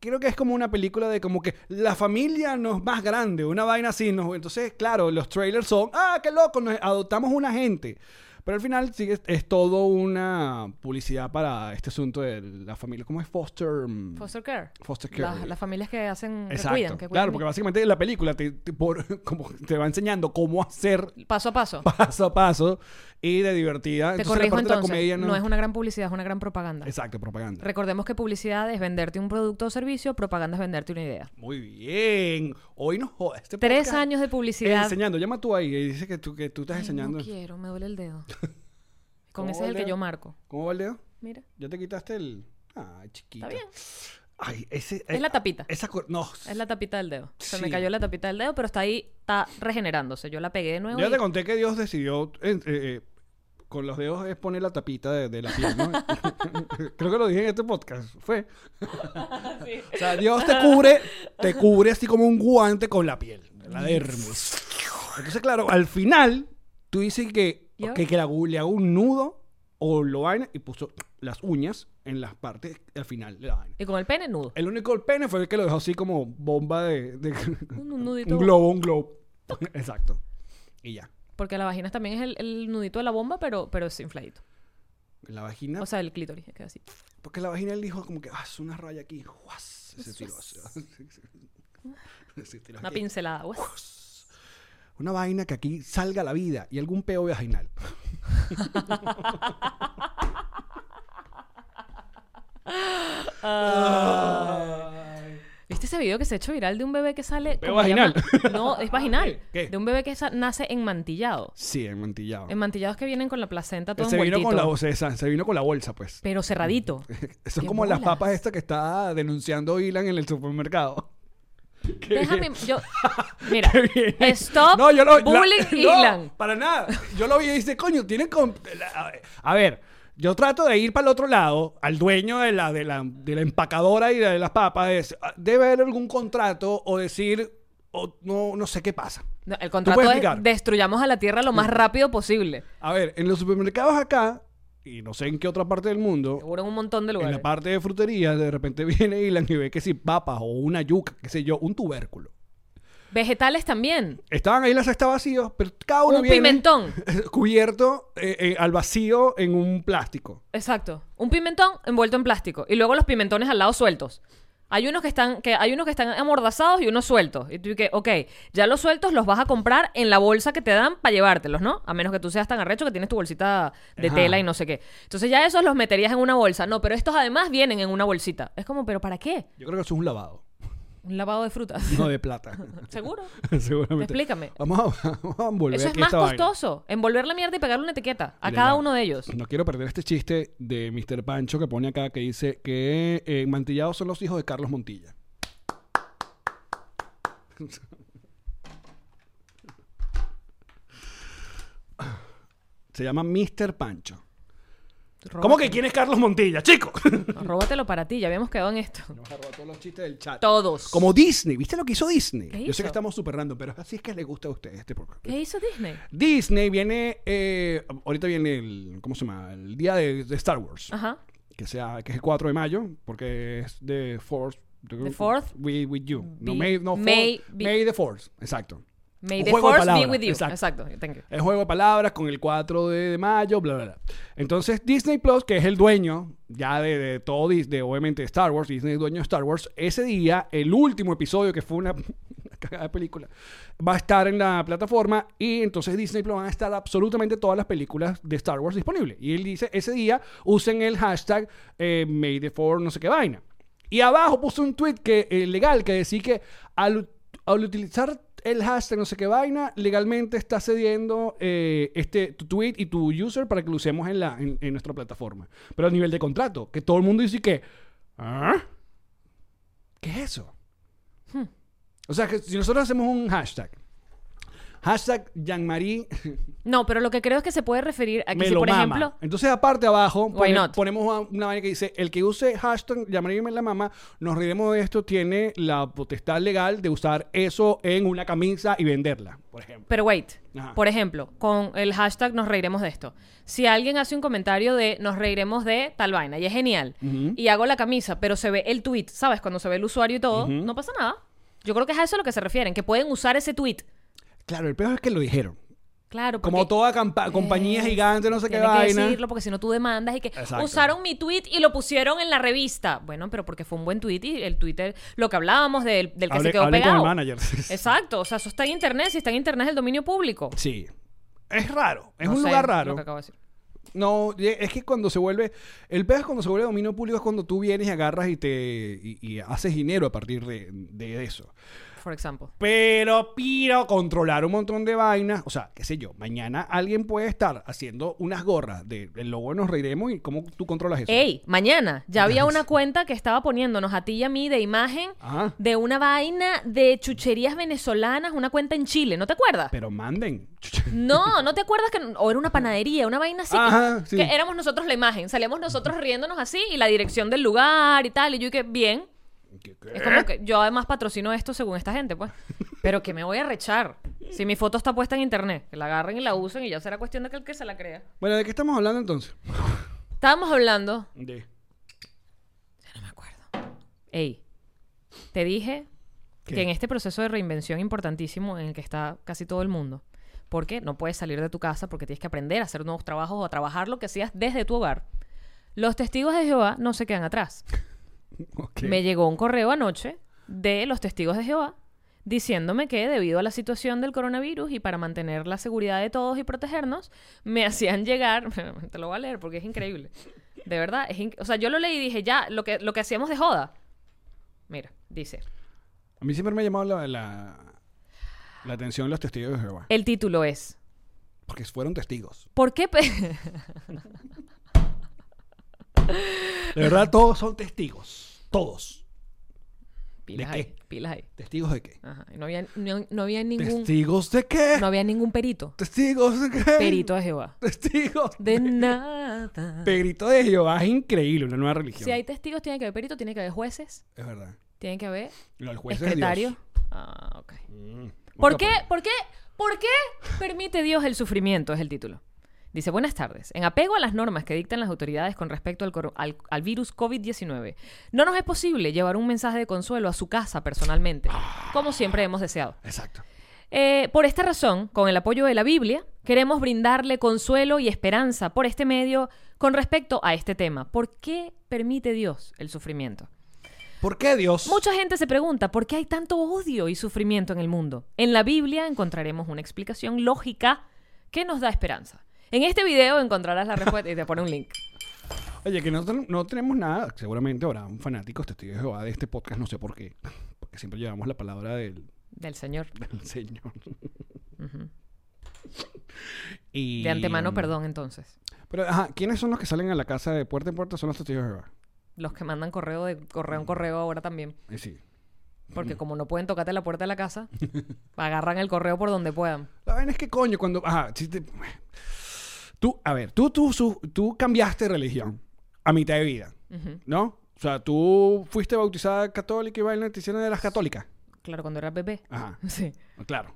Creo que es como una película de como que la familia no es más grande, una vaina así. no- entonces, claro, los trailers son, ah, qué loco, nos adoptamos una gente. Pero al final sí es, es todo una publicidad para este asunto de la familia. ¿Cómo es Foster? mm,
Foster care.
Foster care.
Las, las familias que hacen, que
Exacto.
cuidan, que cuidan.
claro, porque básicamente la película te, te- por- *laughs* como te va enseñando cómo hacer *laughs*
Paso a paso.
paso a paso y de divertida.
Te
Entonces, la
corrijo
parte de la
entonces.
comedia
no... es una gran publicidad, es una gran propaganda.
Exacto, propaganda.
Recordemos que publicidad es venderte un producto o servicio, propaganda es venderte una idea.
Muy bien. Hoy nos jodas. Este
Tres
podcast-
años de publicidad.
Enseñando, llama tú ahí y dice que tú, que tú estás
Ay,
enseñando.
no quiero, me duele
*laughs*
el dedo. Con
¿Cómo
ese es el
duele?
que yo marco.
¿Cómo va el dedo?
Mira,
Ya te quitaste el. Ah, chiquito.
está bien.
Ay, ese.
Es la tapita.
Esa. cor- No.
Es la tapita del dedo. Se me
Sí.
cayó la tapita del dedo, pero está ahí, está regenerándose. Yo la pegué de nuevo.
Ya
y-
te conté que Dios decidió. eh, eh, eh, con los dedos es poner la tapita de, de la piel, ¿no? *laughs* Creo que lo dije en este podcast. Fue. O sea, Dios te cubre, te cubre así como un guante con la piel, la dermis. Entonces, claro, al final, tú dices que,
¿Y ahora?
que, que le hago- le hago un nudo o lo vaina y puso las uñas en las partes al final de la vaina.
Y con el pene nudo.
El único el pene fue el que lo dejó así como bomba de. de-
Un, un nudito.
un globo, un globo. Exacto. Y ya.
Porque la vagina también es el, el nudito de la bomba, pero, pero es infladito.
La vagina.
O sea, el clítoris. que así.
porque la vagina él dijo como que, ah, es una raya aquí. Juas, se tiró así.
*laughs*
Se tiró
Una
aquí.
pincelada. uas.
Una vaina que aquí salga la vida y algún peo vaginal.
Ah. ¿Viste ¿Viste ese video que se ha hecho viral de un bebé que sale...
¿Bebé
como se llama-
vaginal?
No,
*laughs*
es vaginal.
¿Qué?
De un bebé que sa- nace enmantillado.
Sí, en Montillado.
Enmantillados que vienen con la placenta todo
se, vino con la,
envueltito.
o sea, esa- se vino con la bolsa, pues.
Pero cerradito.
Son
¡Qué
como las
bolas!
papas estas que está denunciando Ilan en el supermercado. *laughs* Qué
Déjame...
bien.
Yo... Mira.
*laughs* Qué bien.
Stop
No, yo lo- la-
bullying
*laughs* no,
Ilan.
para nada. Yo lo vi y dice, coño, tienen... con- la- A ver, yo trato de ir para el otro lado, al dueño de la, de la, de la empacadora y de las papas. es, ah, debe haber algún contrato o decir, o no, no sé qué pasa.
No, el contrato
puedes
es
explicar?
destruyamos a la Tierra lo más rápido posible.
A ver, en los supermercados acá, y no sé en qué otra parte del mundo,
Seguro en un montón de
en
lugares.
la parte de frutería, de repente *laughs* viene Ilan y ve que si papas o una yuca, qué sé yo, un tubérculo.
Vegetales también.
Estaban ahí las cestas vacías, pero cada uno
Un
viene
pimentón.
*laughs* cubierto eh, eh, al vacío en un plástico.
Exacto. Un pimentón envuelto en plástico y luego los pimentones al lado sueltos. Hay unos que están que hay unos que están amordazados y unos sueltos. Y tú que, ok, ya los sueltos los vas a comprar en la bolsa que te dan para llevártelos, ¿no? A menos que tú seas tan arrecho que tienes tu bolsita de
Ajá.
tela y no sé qué. Entonces ya esos los meterías en una bolsa. No, pero estos además vienen en una bolsita. Es como, pero ¿para qué?
Yo creo que eso es un lavado,
Un lavado de frutas.
*laughs* no de
*laughs*
plata.
Seguro.
Seguramente.
Explícame.
Vamos a, *laughs* vamos a envolver
Eso es
aquí
más
esta vaina.
costoso. Envolver la mierda y pegarle una etiqueta a
Mira,
cada
no.
uno de ellos.
No quiero perder este chiste de Mr. Pancho que pone acá que dice que eh, mantillados son los hijos de Carlos Montilla. *laughs* Se llama Mr. Pancho. ¿Cómo que quién es Carlos Montilla, chico?
No, róbatelo para ti, ya habíamos quedado en esto.
*laughs* Nos agarró todos los chistes del chat.
Todos.
Como Disney, ¿viste lo que hizo Disney?
¿Qué
Yo sé
hizo?
que estamos super random, pero así es que le gusta a ustedes este programa.
¿Qué hizo Disney?
Disney viene, eh, ahorita viene el, ¿cómo se llama? El día de, de Star Wars,
Ajá.
que sea, que es el 4 de mayo, porque es the fourth,
The fourth
with, with you, no
Mm. be-
May, no, four-
may be-
May the fourth, exacto.
May
Un
the
juego de
force be
palabras,
with you.
exacto.
Exacto. Thank you.
Es juego de palabras con el 4 de, de mayo, bla, bla, bla. Entonces, Disney Plus, que es el dueño ya de, de todo, Dis- de obviamente de Star Wars, Disney es dueño de Star Wars, ese día, el último episodio, que fue una, *laughs* una cagada de película, va a estar en la plataforma y entonces Disney Plus van a estar absolutamente todas las películas de Star Wars disponibles. Y él dice, ese día usen el hashtag eh, May the Four no sé qué vaina. Y abajo puso un tweet que, eh, legal que decía que al, ut- al utilizar el hashtag no sé qué vaina, legalmente está cediendo eh, este, tu tweet y tu user para que lo usemos en, la, en, en nuestra plataforma. Pero a nivel de contrato, que todo el mundo dice que... ¿Ah? ¿Qué es eso? O sea, que si nosotros hacemos un hashtag, hashtag Jean-Marie
No, pero lo que creo es que se puede referir a que
me
si,
lo
por
mama.
ejemplo.
Entonces, aparte abajo, pone-
not?
ponemos una vaina que dice: el que use hashtag llamaré me la mamá, nos reiremos de esto, tiene la potestad legal de usar eso en una camisa y venderla, por ejemplo.
Pero wait.
Ajá.
Por ejemplo, con el hashtag nos reiremos de esto. Si alguien hace un comentario de nos reiremos de tal vaina y es genial, y hago la camisa, pero se ve el tweet, ¿sabes? Cuando se ve el usuario y todo, no pasa nada. Yo creo que es a eso a lo que se refieren, que pueden usar ese tweet.
Claro, el peor es que lo dijeron.
Claro,
Como
porque-
toda campa- compañía gigante, no sé qué
Eh, Tiene que
vaina.
decirlo porque si no tú demandas y que
Exacto.
usaron mi tweet y lo pusieron en la revista. Bueno, pero porque fue un buen tweet y el Twitter, lo que hablábamos del, del que
Hable-
se quedó
hable con
pegado.
el
*laughs*
manager.
Exacto, o sea, eso está en internet, si está en internet es el dominio público.
*laughs* Sí. Es raro, es
No
un
sé
lugar
lo
raro.
que acabo de decir.
No, y es que cuando se vuelve. El peor es cuando se vuelve dominio público, es cuando tú vienes y agarras y te. y, y haces dinero a partir de- de eso.
For example.
Pero, piro, controlar un montón de vainas. O sea, qué sé yo, mañana alguien puede estar haciendo unas gorras de el logo nos reiremos y cómo tú controlas eso.
Ey, mañana ya había una cuenta que estaba poniéndonos a ti y a mí de imagen
Ajá.
de una vaina de chucherías venezolanas, una cuenta en Chile, ¿no te acuerdas?
Pero manden.
*laughs* No, ¿no te acuerdas que o era una panadería, una vaina así? que-
Ajá,
que,
sí.
éramos nosotros la imagen, salíamos nosotros riéndonos así y la dirección del lugar y tal, y yo y que bien.
¿Qué- qué?
Es como que yo además patrocino esto según esta gente, *laughs* pues. Pero que me voy a rechar. Si mi foto está puesta en internet, que la agarren y la usen y ya será cuestión de que el que se la crea.
Bueno, ¿de qué estamos hablando entonces?
Estábamos hablando,
De.
no me acuerdo. Ey, te dije
¿Qué?
que en este proceso de reinvención importantísimo en el que está casi todo el mundo, porque no puedes salir de tu casa porque tienes que aprender a hacer nuevos trabajos o a trabajar lo que hacías desde tu hogar. Los testigos de Jehová no se quedan atrás.
Ok.
Me llegó un correo anoche de los testigos de Jehová diciéndome que debido a la situación del coronavirus y para mantener la seguridad de todos y protegernos, me *laughs* hacían llegar, te lo voy a leer porque es increíble, de verdad, es inc- o sea, yo lo leí y dije, ya, lo que, lo que hacíamos de joda. Mira, dice,
A mí siempre me ha llamado la, la, la atención los testigos de Jehová.
El título es.
Porque fueron testigos.
¿Por qué? pe- *laughs*
De verdad, todos son testigos. Todos.
Pilas
¿De
ahí,
qué?
pilas ahí.
¿Testigos de qué?
Ajá. y No había, no, no había
*laughs*
ningún.
¿Testigos de qué?
No había ningún perito.
¿Testigos de qué?
Perito de Jehová.
Testigos. *laughs*
De nada.
Perito de Jehová es increíble, una nueva religión.
Si hay testigos, tiene que haber perito, tiene que haber jueces,
Es verdad.
tiene que haber
No, el juez Pues es
secretarios.
Dios.
Ah, ok.
Mm.
¿Por
Vamos
qué,
a poner-
¿Por qué? ¿Por qué permite Dios el sufrimiento? Es el título. Dice, buenas tardes. En apego a las normas que dictan las autoridades con respecto al, coro- al- al virus COVID-19, no nos es posible llevar un mensaje de consuelo a su casa personalmente, como siempre hemos deseado.
Exacto.
Eh, por esta razón, con el apoyo de la Biblia, queremos brindarle consuelo y esperanza por este medio con respecto a este tema. ¿Por qué permite Dios el sufrimiento?
¿Por qué Dios?
Mucha gente se pregunta por qué hay tanto odio y sufrimiento en el mundo. En la Biblia encontraremos una explicación lógica que nos da esperanza. En este video encontrarás la respuesta y te pone un link.
Oye, que no, ten- no tenemos nada. Seguramente habrá un fanático testigos de Jehová de este podcast, no sé por qué. Porque siempre llevamos la palabra del,
Del Señor.
del *laughs* Señor. y, um,
De antemano, perdón, entonces.
Pero, ajá, ¿quiénes son los que salen a la casa de puerta en puerta? Son los testigos de Jehová.
Los que mandan correo de correo
Mm.
en correo ahora también.
Eh, sí. Mm.
Porque como no pueden tocarte la puerta de
*laughs*
la casa, agarran el correo por donde puedan.
La vaina es que coño, cuando. Ajá, si te- Tú, a ver, tú, tú, su- tú cambiaste de religión a mitad de vida,
Ujú.
¿no? O sea, tú fuiste bautizada católica y vaina te hicieron de las católicas.
Claro, cuando era bebé. *laughs*
Ajá,
Sí.
claro.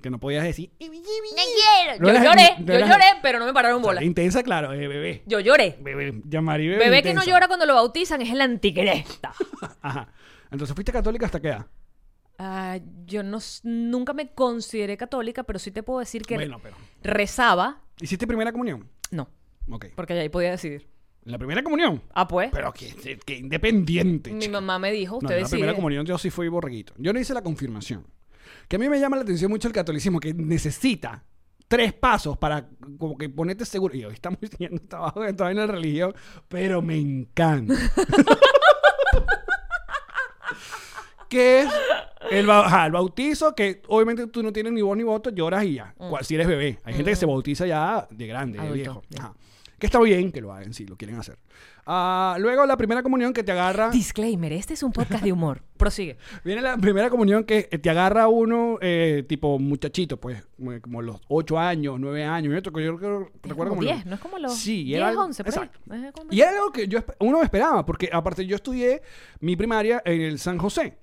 Que no podías decir. "Ibi, ibi, ibi". No
yo
eras-
lloré,
no
yo
eras-
lloré, pero no me pararon bola.
Intensa, claro, eh, bebé.
Yo lloré.
Bebé, llamar y bebé.
Bebé que no
intensa.
llora cuando lo bautizan es el anticristo.
Ajá. Entonces fuiste católica hasta qué edad?
Ah, yo no, s- nunca me consideré católica, pero sí te puedo decir que
Bueno, pero.
rezaba.
¿Hiciste primera comunión?
No,
Ok.
porque ahí podía decidir.
¿La primera comunión?
Ah, pues.
Pero que, que independiente.
mi
chica.
mamá me dijo,
No,
usted
yo la
decide.
primera comunión yo sí fui borreguito. Yo no hice la confirmación. Que a mí me llama la atención mucho el catolicismo, que necesita tres pasos para como que ponerte seguro. Y hoy estamos *laughs* yendo trabajo de toda en la religión, pero me encanta. *laughs* que es el, ba- ajá, el bautizo, que obviamente tú no tienes ni voz ni voto, lloras y ya. Cua- Si eres bebé. Hay gente que se bautiza ya de grande,
Mm. Adulto,
de viejo.
ya.
Ajá. Que está bien que lo hagan, si lo quieren hacer. Ah, luego la primera comunión que te agarra...
Disclaimer, este es un podcast
*laughs*
de humor. Prosigue.
Viene la primera comunión que eh, te agarra uno, eh, tipo muchachito, pues, como- como los 8 años, 9 años. y otro que Yo creo-
Es
recuerdo
como
como los-
10, no es como los
Sí,
10,
era algo-
11, por ahí.
exacto.
Es como-
Y era algo que yo, espe- uno me esperaba, porque aparte yo estudié mi primaria en el San José,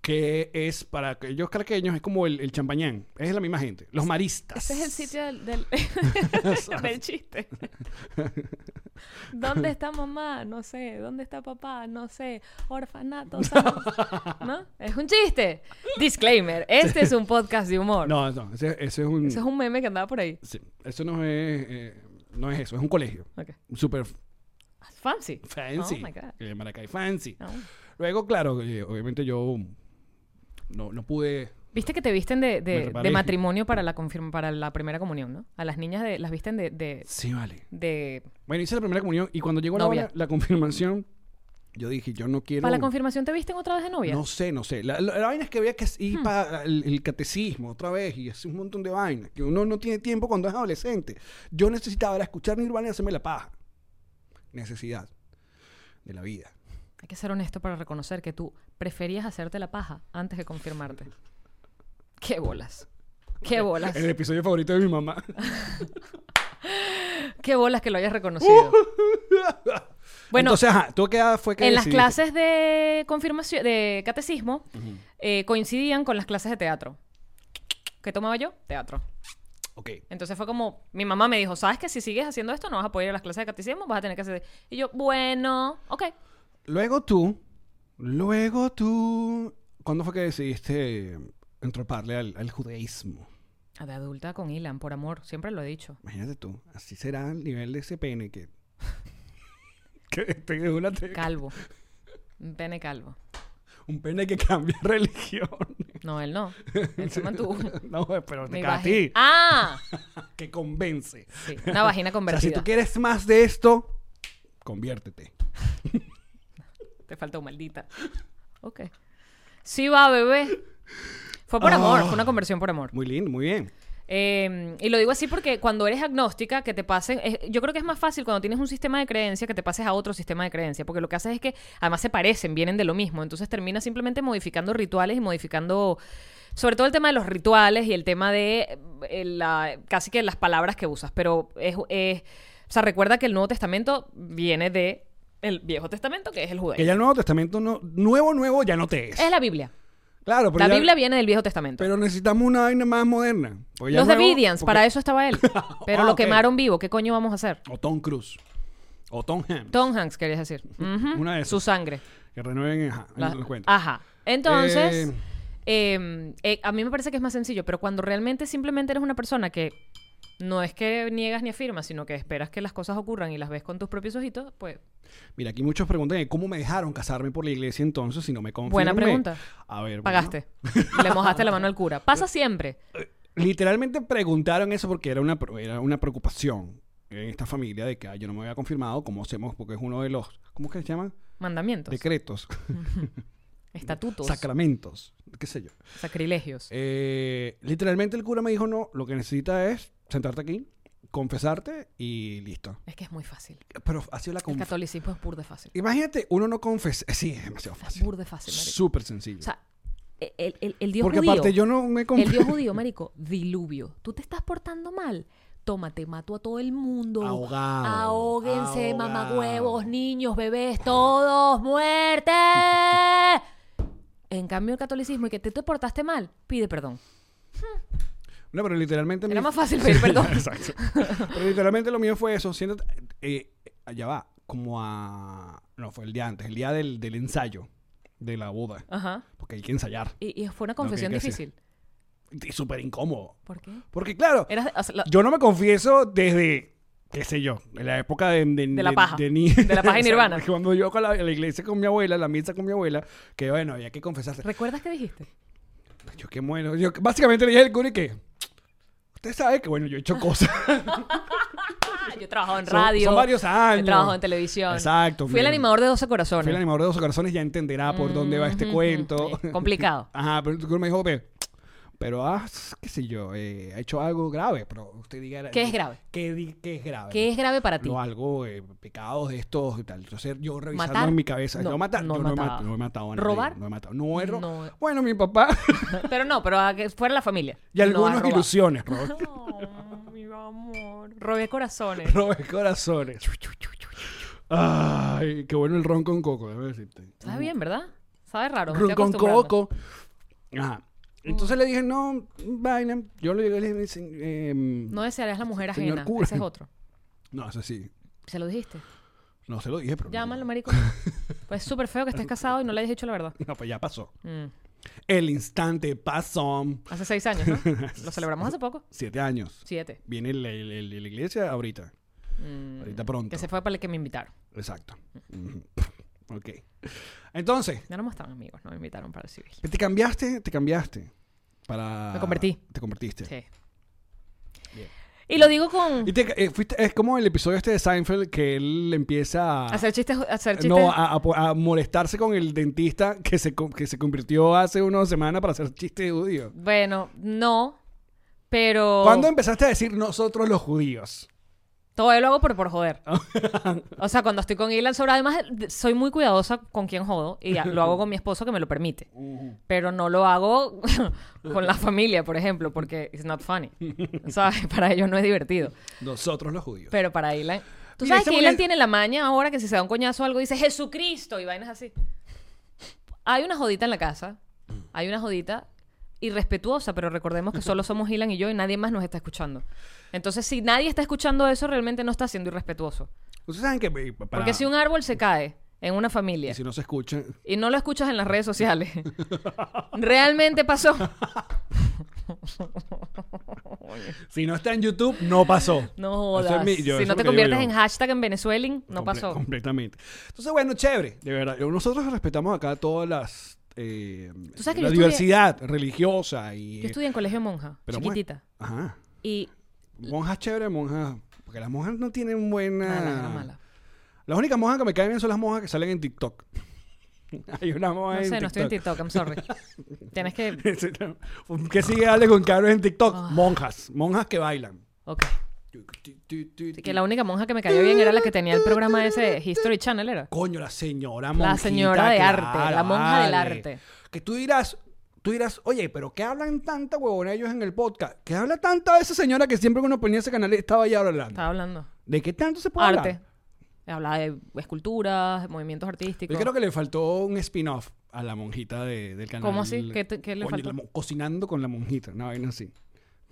que es para aquellos carqueños, es como el, el champañán, es la misma gente, los maristas.
Ese este es
*laughs*
el sitio del, del, *laughs* del chiste. ¿Dónde está mamá? No sé. ¿Dónde está papá? No sé.
*laughs*
Orfanato. ¿sabes? ¿No? Es un chiste. Disclaimer, este es un podcast de humor.
No, no, ese, ese es un...
Ese es un meme que andaba por ahí.
sí, eso no es, eh, no es eso, es un colegio.
Ok.
Súper
Fancy.
fancy.
Oh my God.
eh, Maracay fancy.
No.
Luego, claro, eh, obviamente yo no, no pude.
Viste que te visten de, de-
Me
de
preparé.
matrimonio para la confirma, para la primera comunión, ¿no? A las niñas de, las visten de, de,
Sí, vale.
de-
Bueno, hice la primera comunión y cuando llegó la,
Novia.
hora- la confirmación, yo dije, yo no quiero.
para la confirmación te visten otra vez de novia. Hmm.
No sé, no sé. La, la- la vaina es que había que ir para el, el catecismo otra vez y hacer un montón de vainas. Que uno no tiene tiempo cuando es adolescente. Yo necesitaba era escuchar Nirvana y hacerme la paja. Necesidad de la vida.
Hay que ser honesto para reconocer que tú preferías hacerte la paja antes que confirmarte. Qué bolas. Qué bolas.
El episodio favorito de mi mamá.
Qué bolas que lo
*laughs*
hayas reconocido. Bueno,
Entonces, ajá, ¿tú qué edad fue que
en las
decidiste?
clases de confirmación, de catecismo, eh, coincidían con las clases de teatro. ¿Qué tomaba yo? Teatro.
Ok.
Entonces fue como, mi mamá me dijo, ¿sabes que si sigues haciendo esto no vas a poder ir a las clases de catecismo? Vas a tener que hacer... Y yo, bueno, ok.
Luego tú, luego tú, ¿cuándo fue que decidiste entroparle al, al judaísmo?
De adulta con Ilan, por amor, siempre lo he dicho.
Imagínate tú, así será el nivel de ese pene que... *laughs* que tenga una te-
Calvo. Un Pene calvo.
un pene que cambia *laughs* religión.
No, él no. Él se
*laughs*
mantuvo.
no, pero te
Mi
cae a
vagi-
ti,
¡Ah!
que convence.
Sí, una
*laughs*
vagina
O sea,
convertida.
si tú quieres más de esto, conviértete.
Te falta un maldita. Ok. Sí va, bebé. Fue por amor,
Ah.
fue una conversión por amor.
Muy lindo, muy bien.
Eh, y lo digo así porque cuando eres agnóstica, que te pasen. es- yo creo que es más fácil cuando tienes un sistema de creencia que te pases a otro sistema de creencia, porque lo que haces es que además se parecen, vienen de lo mismo. Entonces terminas simplemente modificando rituales y modificando. Sobre todo el tema de los rituales y el tema de eh, la- casi que las palabras que usas. Pero es, es- O sea, recuerda que el Nuevo Testamento viene de el Viejo Testamento, que es el
Que
judaísmo.
ya el Nuevo Testamento, no, nuevo, nuevo, ya no te es.
Es la Biblia.
Claro, pero
La
ya-
Biblia viene del Viejo Testamento.
Pero necesitamos una vaina más moderna. Porque ya
Los
nuevo-
Davidians,
porque-
para eso
*laughs*
estaba él. Pero
Ah,
lo
ok.
quemaron vivo. ¿Qué coño vamos a hacer?
O Tom Cruise. O Tom Hanks.
Tom Hanks, querías decir. Ujú.
Una de esas.
Su sangre.
Que renueven ajá,
La-
en los cuentos.
Ajá. Entonces, eh, eh, a mí me parece que es más sencillo, pero cuando realmente simplemente eres una persona que no es que niegas ni afirmas, sino que esperas que las cosas ocurran y las ves con tus propios ojitos, pues
Mira, aquí muchos preguntan eh, cómo me dejaron casarme por la iglesia entonces si no me confirmé.
Buena pregunta.
A ver, bueno.
pagaste. Le mojaste la mano al cura. Pasa siempre.
literalmente preguntaron eso porque era una, pro- era una preocupación en esta familia de que "Ay, yo no me había confirmado, cómo hacemos, porque es uno de los, ¿cómo que se llama?
Mandamientos,
Decretos,
estatutos,
sacramentos, qué sé yo.
sacrilegios.
Eh, literalmente el cura me dijo, no, lo que necesitas es sentarte aquí, confesarte y listo.
Es que es muy fácil.
Pero ha sido la
El
conf-
catolicismo es burda fácil.
Imagínate, uno no confesa. eh, Sí, es demasiado
Es
fácil.
burda fácil, marico.
Súper sencillo.
O sea, el, el- el Dios
porque
judío...
aparte yo no me
El
confieso.
dios judío, marico, diluvio. Tú te estás portando mal. Tómate, mato a todo el mundo.
Ahogado.
Ahóguense,
Ahogado.
mamacuevos, niños, bebés, todos, muerte. En cambio, el catolicismo y que te, te portaste mal, pide perdón.
No, pero literalmente...
Era
mi- *laughs*
más fácil pedir perdón.
Exacto. Pero literalmente lo mío fue eso. Siéntate, eh, allá va, como a... No, fue el día antes, el día del, del ensayo de la boda.
Ajá.
Porque hay que ensayar.
Y, y fue una confesión
¿qué- qué
difícil.
Y Súper incómodo.
¿Por qué?
Porque claro,
Eras, o sea, la-
yo no me confieso desde, qué sé yo, en la época de... De,
la paja.
ni-
De
*laughs*
la paja y
Exacto,
nirvana.
porque Cuando yo con la, la iglesia con mi abuela, la misa con mi abuela, que bueno, había que confesarse.
¿Recuerdas qué dijiste?
Yo qué bueno. Yo básicamente le dije al cura y que... Usted sabe que bueno, yo he
*laughs*
hecho cosas.
Ah, yo he trabajado en
Son-
radio.
son varios años.
He trabajado en televisión.
Exacto,
Fui el
mira.
animador de 12 corazones.
Fui el animador de Dos Corazones, ya entenderá
Mm,
por dónde va este
Ujú,
cuento. *laughs*
ujú. Complicado.
Ajá, pero el cura me dijo, "Ve, pero ah, qué sé yo, eh, ha hecho algo grave, pero usted diga...
¿Qué es grave?
¿Qué, di- qué es grave?
¿Qué es grave para ti?
No, algo, eh, pecados de estos y tal. Entonces, yo revisando
¿Matar?
en mi cabeza.
No,
No, matar.
no
yo No, he
mataba.
matado, no he matado a nadie,
¿Robar?
No he matado. No he ro-
No.
Bueno, mi papá *laughs*
*laughs* Pero no, pero a que fuera la familia.
y algunas
no, ilusiones.
ilusiones. Robé,
mi amor. Robé corazones.
robé corazones. Ay, qué bueno el ron con coco, debo decirte.
Sabe bien, ¿verdad? Sabe raro. me
Ron
estoy
con
acostumbrando. Mm.
coco. Ajá. Entonces le dije, no, vaina. Yo le llegué y le dije, eh,
No desearías la mujer
Señor
ajena.
cura.
Ese es otro.
no, eso sí.
Se lo dijiste.
No se lo dije, pero. no-
Llámalo, marico. Pues es súper feo que estés casado y no le hayas dicho la verdad.
*laughs* No, pues ya pasó.
Mm.
El instante pasó.
Hace seis años, ¿no?
*laughs*
Lo celebramos hace poco.
Siete años.
Siete.
Viene la, la- la- la iglesia ahorita.
Mm.
Ahorita pronto.
Que se fue para el que me invitaron.
Exacto. Ujú. *laughs* ok. Entonces,
Ya no más estaban amigos, no me invitaron para el civil.
¿te cambiaste? ¿Te cambiaste? Para...
Me convertí.
Te convertiste.
Sí.
Bien.
Y lo digo con.
Y te- eh, fuiste- es como el episodio este de Seinfeld que él empieza a...
Hacer chistes. Hacer chistes.
No, a, a- a molestarse con el dentista que se, co- que se convirtió hace una semana para hacer chiste de judío.
Bueno, no. Pero.
¿Cuándo em-? empezaste a decir nosotros los judíos?
Todo lo hago por, por joder. o sea, cuando estoy con Ilan sobre, además de- soy muy cuidadosa con quien jodo y a- lo hago con mi esposo que me lo permite. Pero no lo hago *laughs* con la familia, por ejemplo, porque it's not funny. ¿Sabes? Para ellos no es divertido.
Nosotros los judíos.
Pero para Ilan. Tú
Mira,
sabes
esa
que
mujer-
Ilan tiene la maña ahora que si se da un coñazo o algo dice Jesucristo y vainas así. Hay una jodita en la casa. Hay una jodita irrespetuosa, pero recordemos que solo somos Ilan y yo y nadie más nos está escuchando. Entonces, si nadie está escuchando eso, realmente no está siendo irrespetuoso.
Ustedes saben que... eh, para-
Porque si un árbol se cae en una
y
familia
si no se escucha...
y no lo escuchas en las redes sociales, *laughs* realmente pasó.
Si no está en YouTube, no pasó.
No
Eso es
jodas.
mi- yo- eso
si no
es
te
lo que digo
conviertes
yo.
en hashtag en Venezuelan, no
Comple-
pasó.
Completamente. Entonces, bueno, chévere. De verdad. Yo- Nosotros respetamos acá todas las... eh,
sabes que
la
yo estudié-
diversidad religiosa y...
Yo estudié en colegio monja,
Pero bueno.
chiquitita.
Ajá.
Y.
Monjas chévere, monjas... Porque las monjas no tienen buena...
Mala, era mala.
Las únicas monjas que me caen bien son las monjas que salen en TikTok. *laughs* Hay una moda
No
en
sé, no estoy en
TikTok.
TikTok, I'm sorry.
*laughs*
Tienes que.
¿Qué sigue Ale con Carlos en TikTok?
Ah.
Monjas. Monjas que bailan.
Ok. Así que la única monja que me cayó bien era la que tenía el programa ese de History Channel, ¿era?
Coño, la señora monjita.
La señora de arte,
claro,
la monja del
vale.
arte.
Que tú dirás, tú dirás, oye, pero ¿qué hablan tanta huevona ellos en el podcast? ¿Qué habla tanta de esa señora que siempre que uno ponía ese canal estaba ahí hablando?
Estaba hablando.
¿De qué tanto se puede
Arte.
hablar?
Hablaba de esculturas, de movimientos artísticos.
Yo creo que le faltó un spin-off a la monjita de- del canal.
¿Cómo así? ¿Qué te- qué le
Coño,
faltó?
la mo- cocinando con la monjita, una vaina así.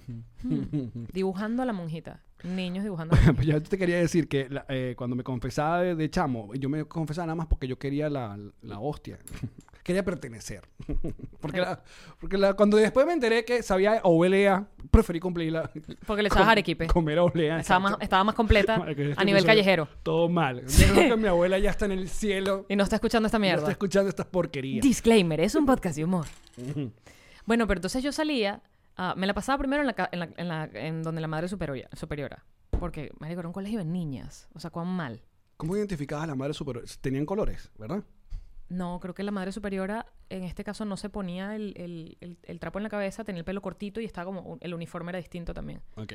*laughs*
Dibujando a la monjita. Niños dibujando. a la monjita.
Pues yo te quería decir que la- eh, cuando me confesaba de, de chamo, yo me confesaba nada más porque yo quería la, la hostia. *laughs* quería pertenecer. *laughs* porque la- porque la- cuando después me enteré que sabía oblea, preferí cumplir la...
Porque le echabas arequipe.
Comer oblea.
Estaba más,
exacto.
estaba más completa
Madre, que este
a nivel
episodio-
callejero.
Todo mal. Yo creo que mi abuela ya está en el cielo.
Y no está escuchando esta
Ya
mierda.
está escuchando estas porquerías. *laughs*
Disclaimer, es un podcast de humor. bueno, pero entonces yo salía, ah, me la pasaba primero en, la, ca- en, la- en la- en donde la madre superiora, superiora. Porque, marico, era un colegio de niñas. O sea, cuán mal.
¿Cómo identificabas a la madre superior? Tenían colores, ¿verdad?
No, creo que la madre superiora en este caso no se ponía el, el- el- el trapo en la cabeza, tenía el pelo cortito y estaba como... un- El uniforme era distinto también.
Ok.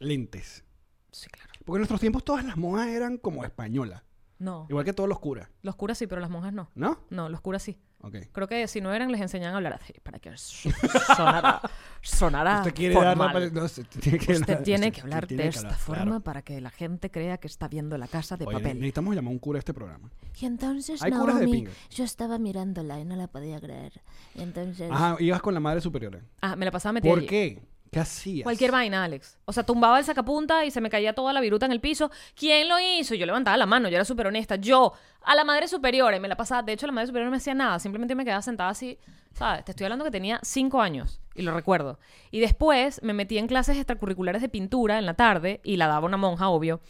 Lentes.
Sí, claro.
Porque en nuestros tiempos todas las modas eran como españolas.
No,
Igual que todos los curas,
los curas sí, pero las monjas no.
¿no?
No, los curas sí.
Ok.
Creo que si no eran, les enseñaban a hablar así para que sonara, sonara
Usted quiere dar la
Ah, formal.
pare- no, usted tiene que,
Usted tiene que hablar
tiene
de
que
esta
hablar,
forma
claro.
para que la gente crea que está viendo la casa de
Oye, ne-
papel.
necesitamos llamar a un cura a este programa.
Y entonces
Hay curas de
Naomi,
pinga.
yo estaba mirándola y no la podía creer. Y entonces
Ajá, ibas con la madre superiora.
Ah, me la pasaba metida
¿Por
allí.
qué? ¿Qué hacías?
Cualquier vaina, Alex. O sea, tumbaba el sacapunta y se me caía toda la viruta en el piso. ¿Quién lo hizo? Yo levantaba la mano, yo era súper honesta. Yo, a la madre superiora, y me la pasaba. De hecho, la madre superiora no me hacía nada, simplemente me quedaba sentada así. ¿Sabes? Te estoy hablando que tenía cinco años, y lo recuerdo. Y después me metí en clases extracurriculares de pintura en la tarde, y la daba una monja, obvio.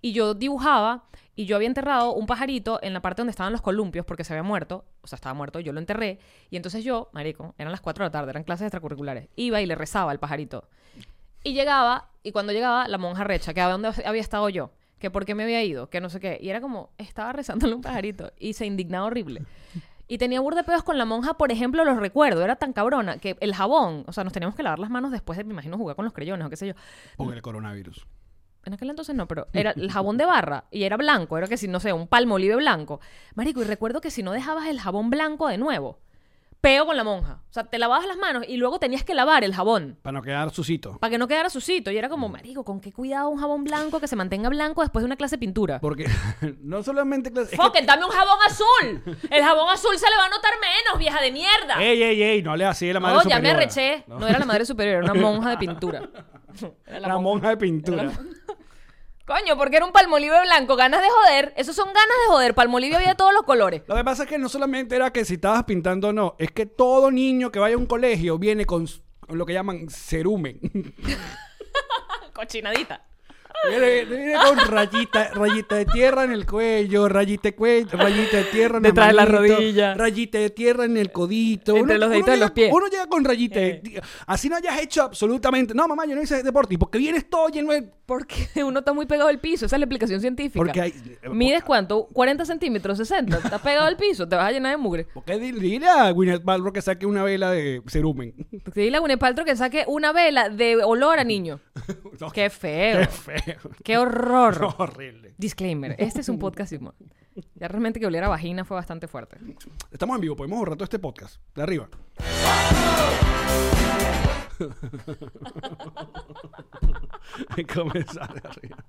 Y yo dibujaba, y yo había enterrado un pajarito en la parte donde estaban los columpios, porque se había muerto, o sea, estaba muerto, yo lo enterré. Y entonces yo, marico, eran las cuatro de la tarde, eran clases extracurriculares, iba y le rezaba al pajarito. Y llegaba, y cuando llegaba, la monja recha, que a dónde había estado yo, que por qué me había ido, que no sé qué. Y era como, estaba rezándole un pajarito y se indignaba horrible. Y tenía burda de pedos con la monja, por ejemplo, los recuerdo, era tan cabrona que el jabón, o sea, nos teníamos que lavar las manos después de, me imagino, jugar con los creyones o qué sé yo.
Por el coronavirus.
En aquel entonces no, pero era el jabón de barra y era blanco, era que si, no sé, un palmolive blanco. Marico, y recuerdo que si no dejabas el jabón blanco de nuevo, peo con la monja. O sea, te lavabas las manos y luego tenías que lavar el jabón
Para no quedar susito.
para que no quedara sucito. Y era como, marico, ¿con qué cuidado un jabón blanco que se mantenga blanco después de una clase de pintura?
Porque *laughs* no solamente... clase- es que-
Fuck it, dame un jabón azul. El jabón azul se le va a notar menos, vieja de mierda.
¡Ey, ey, ey! No le así a Eh, la madre
no, ya
superiora.
me arreché. No. era la madre
*laughs*
superior, era una monja de pintura. Era
La monja de pintura.
Coño, porque era un palmolive blanco, ganas de joder. Esos son ganas de joder. Palmolive había de todos los colores.
Lo que pasa es que no solamente era que si estabas pintando o no, es que todo niño que vaya a un colegio viene con s- lo que llaman cerumen.
*laughs* Cochinadita.
Viene, viene con rayita, rayita de tierra en el cuello, rayita de cuello, rayita de tierra en
Detrás de la
manito,
rodilla.
Rayita de tierra en el codito.
Entre los deditos de
llega-
los pies. Eh.
Uno llega con rayita de ti- Así no hayas hecho absolutamente. No, mamá, yo no hice deporte. ¿Y por qué vienes todo lleno de.
Porque *laughs* uno está muy pegado al piso. Esa es la explicación científica.
Porque hay.
¿Mides cuánto? 40 centímetros, 60. Estás pegado al piso, te vas a llenar de mugre.
Porque dile a Gwyneth Paltrow que saque una vela de cerumen.
Te dile a Gwyneth Paltrow que saque una vela de olor a niño.
*laughs* No,
Qué feo.
qué feo.
Qué horror.
Horrible.
Disclaimer, este es un podcast de humor. Ya realmente que oliera a vagina fue bastante fuerte.
Estamos en vivo, podemos borrar todo este podcast. De *laughs* arriba. Y Comenzar de arriba.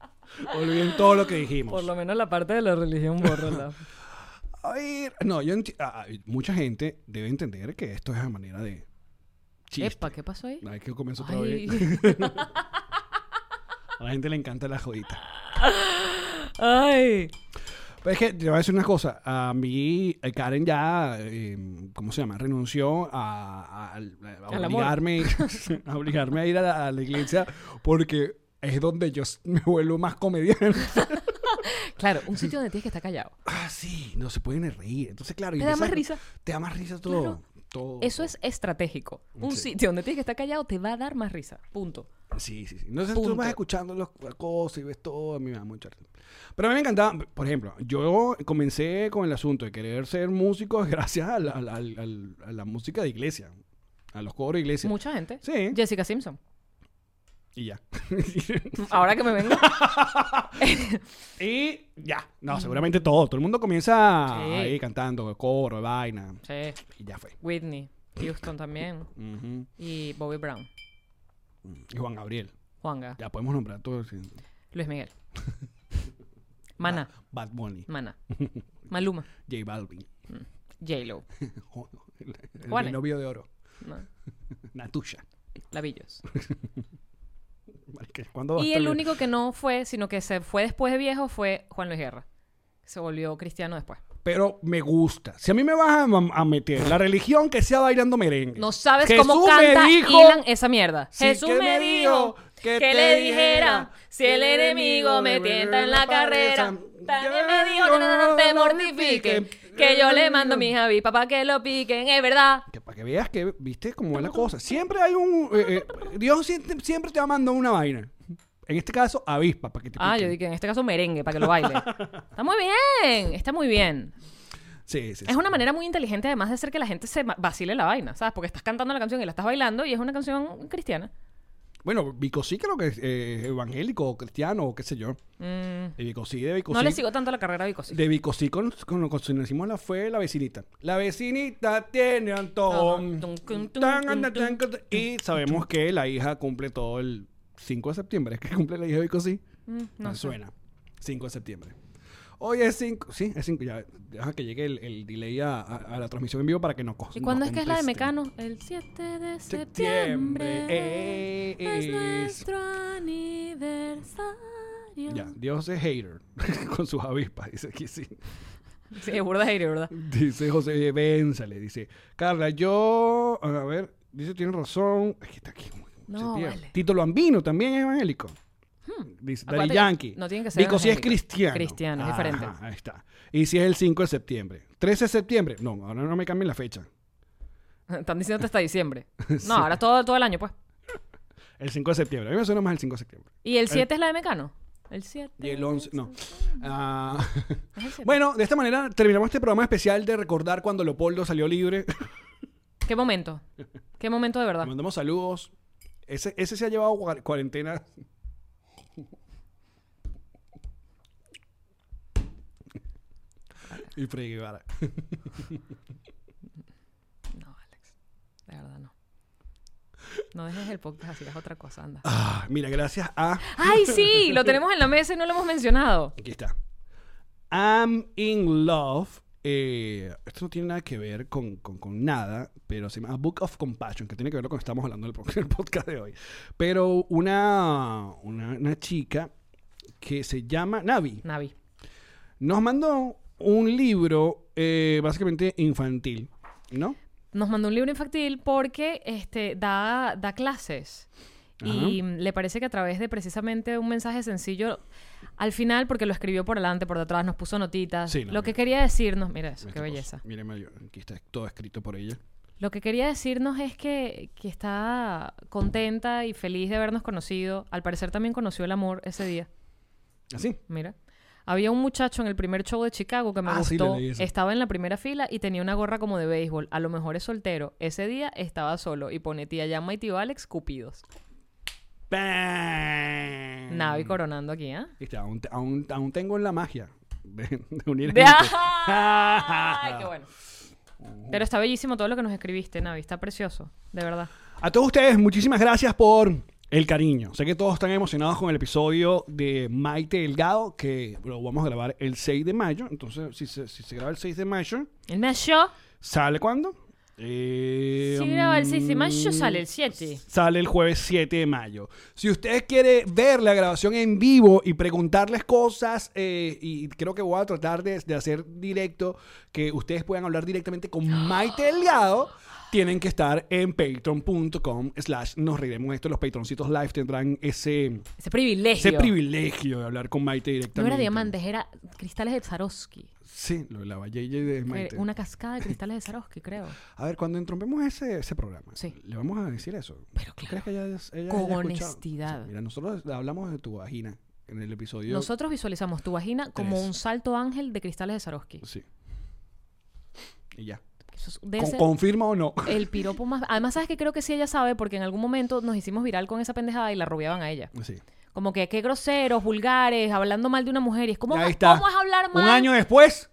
Olviden todo lo que dijimos.
menos la parte de la religión borra.
A ver, no, yo enti- ah, ah, mucha gente debe entender que esto es a manera de *laughs* chiste.
Epa, ¿qué pasó ahí?
Ay, que comienzo otra
Ay,
vez. A la gente le encanta la jodita. *laughs*
ay.
Pero es que te voy a decir una cosa. A mí, eh, Karen ya, eh, ¿cómo se llama? Renunció a, a- a
amor.
obligarme, *laughs* a obligarme a ir a la, a la iglesia porque es donde yo s- me vuelvo más comediante.
Claro, un sitio donde tienes que estar callado.
Ah, sí, no se pueden reír. Entonces, claro. y
Te da
empiezas-
más risa.
Te da más risa todo. Todo.
Eso es estratégico. Un
Oh, Sí.
sitio donde tienes que estar callado te va a dar más risa. Punto.
Sí, sí, sí. Entonces tú
Punto.
vas escuchando los- las cosas y ves todo. A mí me da mucha risa. Pero a mí me encantaba, por ejemplo, yo comencé con el asunto de querer ser músico *laughs* gracias a la, al- al- al- a la música de iglesia, a los coros de iglesia.
Mucha gente.
Sí.
Jessica Simpson.
Y ya. *laughs*
Ahora que me vengo. *laughs*
y ya. No, seguramente todo. Todo el mundo comienza
Mm. Sí.
ahí cantando, coro, vaina.
sí.
Y ya fue.
Whitney. Houston también.
Ujú.
Y Bobby Brown.
Y Juan Gabriel.
Juanga.
Ya podemos nombrar todo. sí.
Luis Miguel. *laughs* Mana.
Bad Bunny, *laughs*
Mana. Maluma.
J Balvin, *laughs*
J-Lo.
el, el
¿Cuál es?
novio de oro,
¿no?
Natusha.
Lavillos.
Marica, ¿Cuándo va a
Y
estar
el
bien?
único que no fue, sino que se fue después de viejo, fue Juan Luis Guerra. Se volvió cristiano después.
Pero me gusta. Si a mí me vas a, mam- a meter la religión que sea bailando merengue.
No sabes cómo
Jesús me
canta
dijo-
Ilan esa mierda.
Sí,
Jesús
que
me
me dijo
dijo
que
que,
te
le
dijera
dijera si el enemigo me tienta en la carrera.
Ya
También me dijo
no
que no
lo
te mortifiquen,
mortifiquen.
que yo le mando
*laughs*
a mi Javi papá que lo piquen, es verdad.
Que para que veas que, viste, cómo es la cosa. Siempre hay un... eh, eh, Dios siempre, siempre te va mandando una vaina. En este caso, avispa, para que te
Ah,
piquen.
yo dije en este caso merengue para que
*laughs*
lo baile. está muy bien, está muy bien.
Sí, sí, sí.
Es una manera muy inteligente además de hacer que la gente se ma- vacile la vaina, ¿sabes? Porque estás cantando la canción y la estás bailando y es una canción cristiana.
Bueno, Vicosí creo que es eh, evangélico o cristiano o qué sé yo.
Mm,
De Vicosí, de Vicosí.
no le sigo tanto la carrera a Vicosí.
De Vicosí con, con, con su nacimos la fue la vecinita. La vecinita tiene
Ajá.
Antón.
Tum, cum, tum,
Tan,
cum,
anda,
tum,
tan, cata- Y sabemos que la hija cumple todo el 5 de septiembre. ¿Es que cumple la hija de Vicosí?
Mm,
No
no sé.
suena. 5 de septiembre. Hoy es 5. Sí, es 5. Ya, deja que llegue el, el delay a, a- a la transmisión en vivo para que no coja.
¿Y cuándo es que es la de Mecano? El 7 de septiembre.
eh,
es
es-
nuestro aniversario.
Ya, Dios es hater. *laughs* con sus avispas, dice aquí sí.
Sí, burda de aire, burda.
Dice José Benzale, dice, Carla, yo, a ver, dice, tiene razón. Es que está aquí. güey,
No,
se pierde.
vale. Hmm,
Tito Loambino también es evangélico. Dice, Daddy
Acuérdate que
Yankee.
no tienen que ser
Vico sí es
evangélicos.
cristiano.
Cristiano, es diferente.
Ajá, ahí está. Y si es el 5 de septiembre. 13 de septiembre. No, ahora no me cambien la fecha.
Están diciéndote
*laughs*
hasta diciembre. No, ahora todo, todo el año, pues.
El 5 de septiembre. A mí me suena más el 5 de septiembre.
¿Y el 7 es la de Mecano? El 7.
Y el 11, no. Ah, *laughs*
¿Es el 7?
bueno, de esta manera terminamos este programa especial de recordar cuando Leopoldo salió libre. *laughs*
¿Qué momento? ¿Qué momento de verdad?
Le mandamos saludos. Ese, ese se ha llevado cua- cuarentena. y Freddy Guevara.
No, Alex. De verdad no. No dejes el podcast así, es otra
*laughs*
cosa, anda.
Ah, mira, gracias a.
¡Ay, sí! Lo tenemos en la mesa y no lo hemos mencionado.
Aquí está. I'm in love. eh, esto no tiene nada que ver con, con- con nada, pero se llama Book of Compassion, que tiene que ver con lo que estamos hablando en el pro- *laughs* en el podcast de hoy. Pero una, una, una chica que se llama Navi.
Navi.
nos mandó un libro eh, básicamente infantil, ¿no?
nos mandó un libro infantil porque este, da, da clases. Y mm, le parece que a través de precisamente un mensaje sencillo, al final, porque lo escribió por delante, por detrás, nos puso notitas.
Sí, no,
lo
mira.
que quería decirnos, mira
Esta
eso, qué
cosa.
belleza.
Míreme, yo- aquí está todo escrito por ella.
Lo que quería decirnos es que, que está contenta y feliz de habernos conocido. Al parecer también conoció el amor ese día.
Así.
Mira. Había un muchacho en el primer show de Chicago que me
Ah, sí, le
gustó.
leí eso.
estaba en la primera fila y tenía una gorra como de béisbol. A lo mejor es soltero. Ese día estaba solo y pone tía Llama y tío Alex cupidos.
¡Bam!
Navi coronando aquí, ¿ah?
Viste, aún, te- aún- aún tengo en la magia de, de unir
De-
gente.
*laughs* ¡Ay, *laughs* qué bueno! Pero está bellísimo todo lo que nos escribiste, Navi. Está precioso, de verdad.
A todos ustedes, muchísimas gracias por el cariño. Sé que todos están emocionados con el episodio de Maite Delgado, que lo vamos a grabar el 6 de mayo. Entonces, si se, si se graba el 6 de mayo,
El mayo.
¿sale cuándo? Eh,
Si graba el 6 de mayo,
mm,
sale el 7.
Sale el jueves 7 de mayo. Si usted quiere ver la grabación en vivo y preguntarles cosas, eh, y creo que voy a tratar de, de hacer directo, que ustedes puedan hablar directamente con Maite Delgado, tienen que estar en patreon.com slash nos reiremos de esto. Los patroncitos live tendrán ese,
Ese privilegio.
ese privilegio de hablar con Maite
No
directamente.
era diamantes, era cristales de Swarovski.
Sí, lo de la Valleye de Maite.
Eh, Una cascada de cristales de Swarovski, creo.
A ver, cuando entrompemos ese, ese programa,
Sí.
le vamos a decir eso.
Pero
¿Tú crees
claro.
que ella, ella- ella
Con
haya escuchado?
honestidad.
O sea, mira, nosotros hablamos de tu vagina en el episodio.
Nosotros visualizamos tu vagina como
Tres.
un salto ángel de cristales de Swarovski.
Sí. Y ya.
Eso es- debe
Con-
ser
¿Confirma o no? *laughs*
el piropo más... Además, ¿sabes que Creo que sí ella sabe porque en algún momento nos hicimos viral con esa pendejada y la robiaban a ella.
Sí.
Como que qué groseros, vulgares, hablando mal de una mujer. Y es como,
Ahí
"Ah,
está.
¿cómo es hablar mal?
Un año después.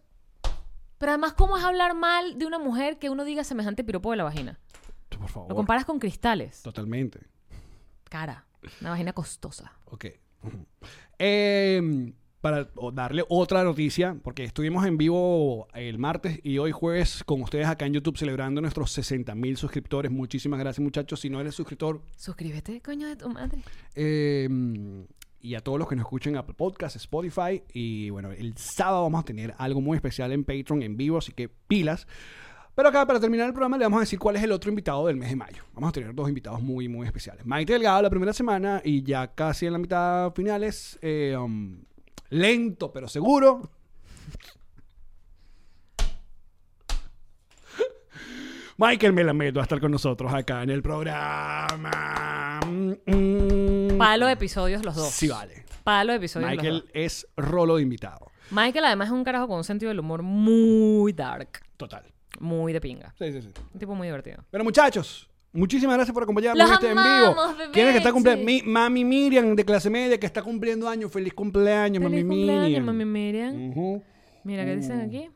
Pero además, ¿cómo es hablar mal de una mujer que uno diga semejante piropo de la vagina?
Tú, por favor.
Lo comparas con cristales.
Totalmente.
Cara. Una vagina costosa.
Ok. Ujú. Eh, para o- darle otra noticia, porque estuvimos en vivo el martes y hoy jueves con ustedes acá en YouTube celebrando nuestros 60 mil suscriptores. Muchísimas gracias muchachos. Si no eres suscriptor,
Suscríbete, coño de tu madre.
Eh, y a todos los que nos escuchen en Apple Podcast, Spotify. Y bueno, el sábado vamos a tener algo muy especial en Patreon en vivo, así que pilas. Pero acá, para terminar el programa, le vamos a decir cuál es el otro invitado del mes de mayo. Vamos a tener dos invitados muy, muy especiales. Maite Delgado la primera semana y ya casi en la mitad finales. eh, um, lento, pero seguro. Michael Melamed va a estar con nosotros acá en el programa. Mm, mm.
Palo de episodios los dos.
Sí, vale.
Palo de episodios los
Michael
dos.
es rolo de invitado.
Michael además es un carajo con un sentido del humor muy dark.
Total.
Muy de pinga.
Sí, sí, sí.
Un tipo muy divertido.
Bueno, muchachos, muchísimas gracias por acompañarnos en
Los
este
amamos,
en vivo. ¿Quién es que está cumpliendo?
bebés.
Mi, mami Miriam, de clase media, que está cumpliendo años. Feliz cumpleaños,
Feliz
mami
cumpleaños,
Miriam. Mm.
mami Miriam.
Ujú.
Mira, ¿qué dicen aquí?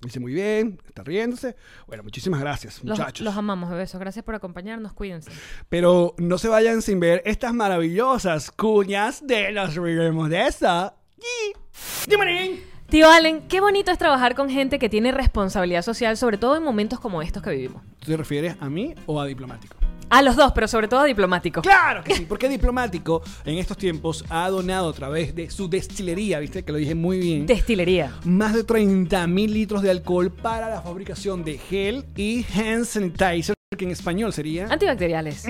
Dice muy bien, está riéndose. Bueno, muchísimas gracias,
Los,
muchachos.
los amamos, besos. Gracias por acompañarnos. Cuídense.
Pero no se vayan sin ver estas maravillosas cuñas de los Riremos de esa. Y- ¡Yamarín!
Tío Allen, qué bonito es trabajar con gente que tiene responsabilidad social, sobre todo en momentos como estos que vivimos.
¿Tú te refieres a mí o a diplomático?
A los dos, pero sobre todo a diplomáticos.
Claro que sí, porque Diplomático en estos tiempos ha donado a través de su destilería, viste que lo dije muy bien,
Destilería.
más de 30 mil litros de alcohol para la fabricación de gel y hand sanitizer, que en español
Ah.
sería...
Antibacteriales.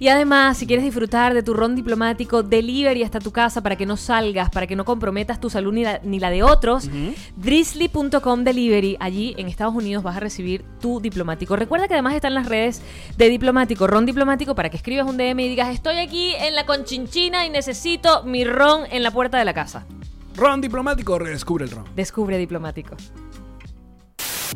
Y además, si quieres disfrutar de tu ron diplomático, delivery hasta tu casa para que no salgas, para que no comprometas tu salud ni la, ni la de otros, drizzly.com delivery. Allí en Estados Unidos vas a recibir tu diplomático. Recuerda que además están las redes de diplomático, ron diplomático, para que escribas un DM y digas, estoy aquí en la conchinchina y necesito mi ron en la puerta de la casa.
Ron Diplomático, redescubre el ron.
Descubre diplomático.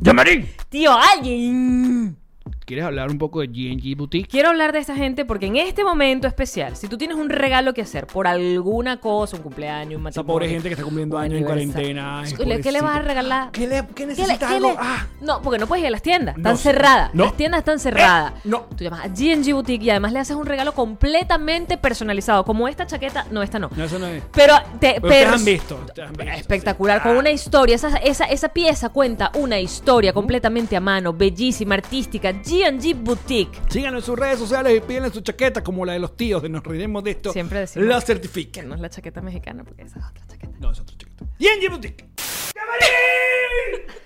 ¡Yamarín!
Tío, alguien.
¿Quieres hablar un poco de G&G Boutique?
Quiero hablar de esta gente porque en este momento especial, si tú tienes un regalo que hacer por alguna cosa, un cumpleaños, un
Esa
matrimonio,
pobre gente que está cumpliendo
un
años en
aniversario.
cuarentena. ay,
¿Qué le- ¿Qué le vas a
pobrecita.
regalar?
¿Qué, le, qué
¿Qué le-
necesitas
qué
algo?
le-
Ah,
No, porque no puedes ir a las tiendas. Están
No,
cerradas.
no. Eh,
Las tiendas están cerradas.
no.
Tú llamas a GNG Boutique y además le haces un regalo completamente personalizado. Como esta chaqueta. No, esta no.
no, eso no es.
Pero te.
Pero ustedes
pers-
han visto. ustedes han visto, sí.
Espectacular, con una historia. Esa, esa, esa pieza cuenta una historia completamente a mano, bellísima, artística. GNG Boutique.
Síganos Ah. en sus redes sociales y pídenle su chaqueta como la de los tíos de Nos Reiremos de Esto.
Siempre decimos-
La
Que
certifiquen.
no es la chaqueta mexicana, porque esa es otra chaqueta.
No, es otro chaqueta. Y en Boutique. ¡Llamarín!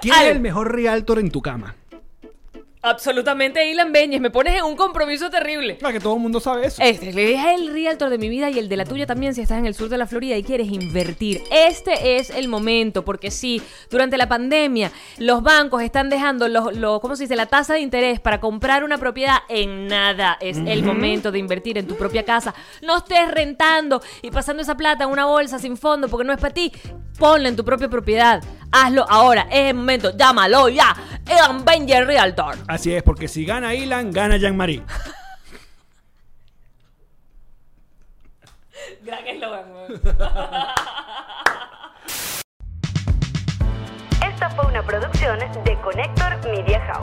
¿Quién
Ale.
es el mejor realtor en tu cama?
Absolutamente, Ilan Beñez, me pones en un compromiso terrible.
Para que todo el mundo sabe eso.
Este es el realtor de mi vida y el de la tuya también si estás en el sur de la Florida y quieres invertir. Este es el momento, porque sí, durante la pandemia los bancos están dejando los, los- ¿cómo se dice? la tasa de interés para comprar una propiedad en nada. Es el momento de invertir en tu propia casa. No estés rentando y pasando esa plata en una bolsa sin fondo porque no es para ti. Ponla en tu propia propiedad. Hazlo ahora. Es el momento. Llámalo ya. Ilan Beñez Realtor.
Así es, porque si gana Ilan, gana Jean-Marie.
Gran eslogan, weón.
Esta fue una producción de Connector Media House.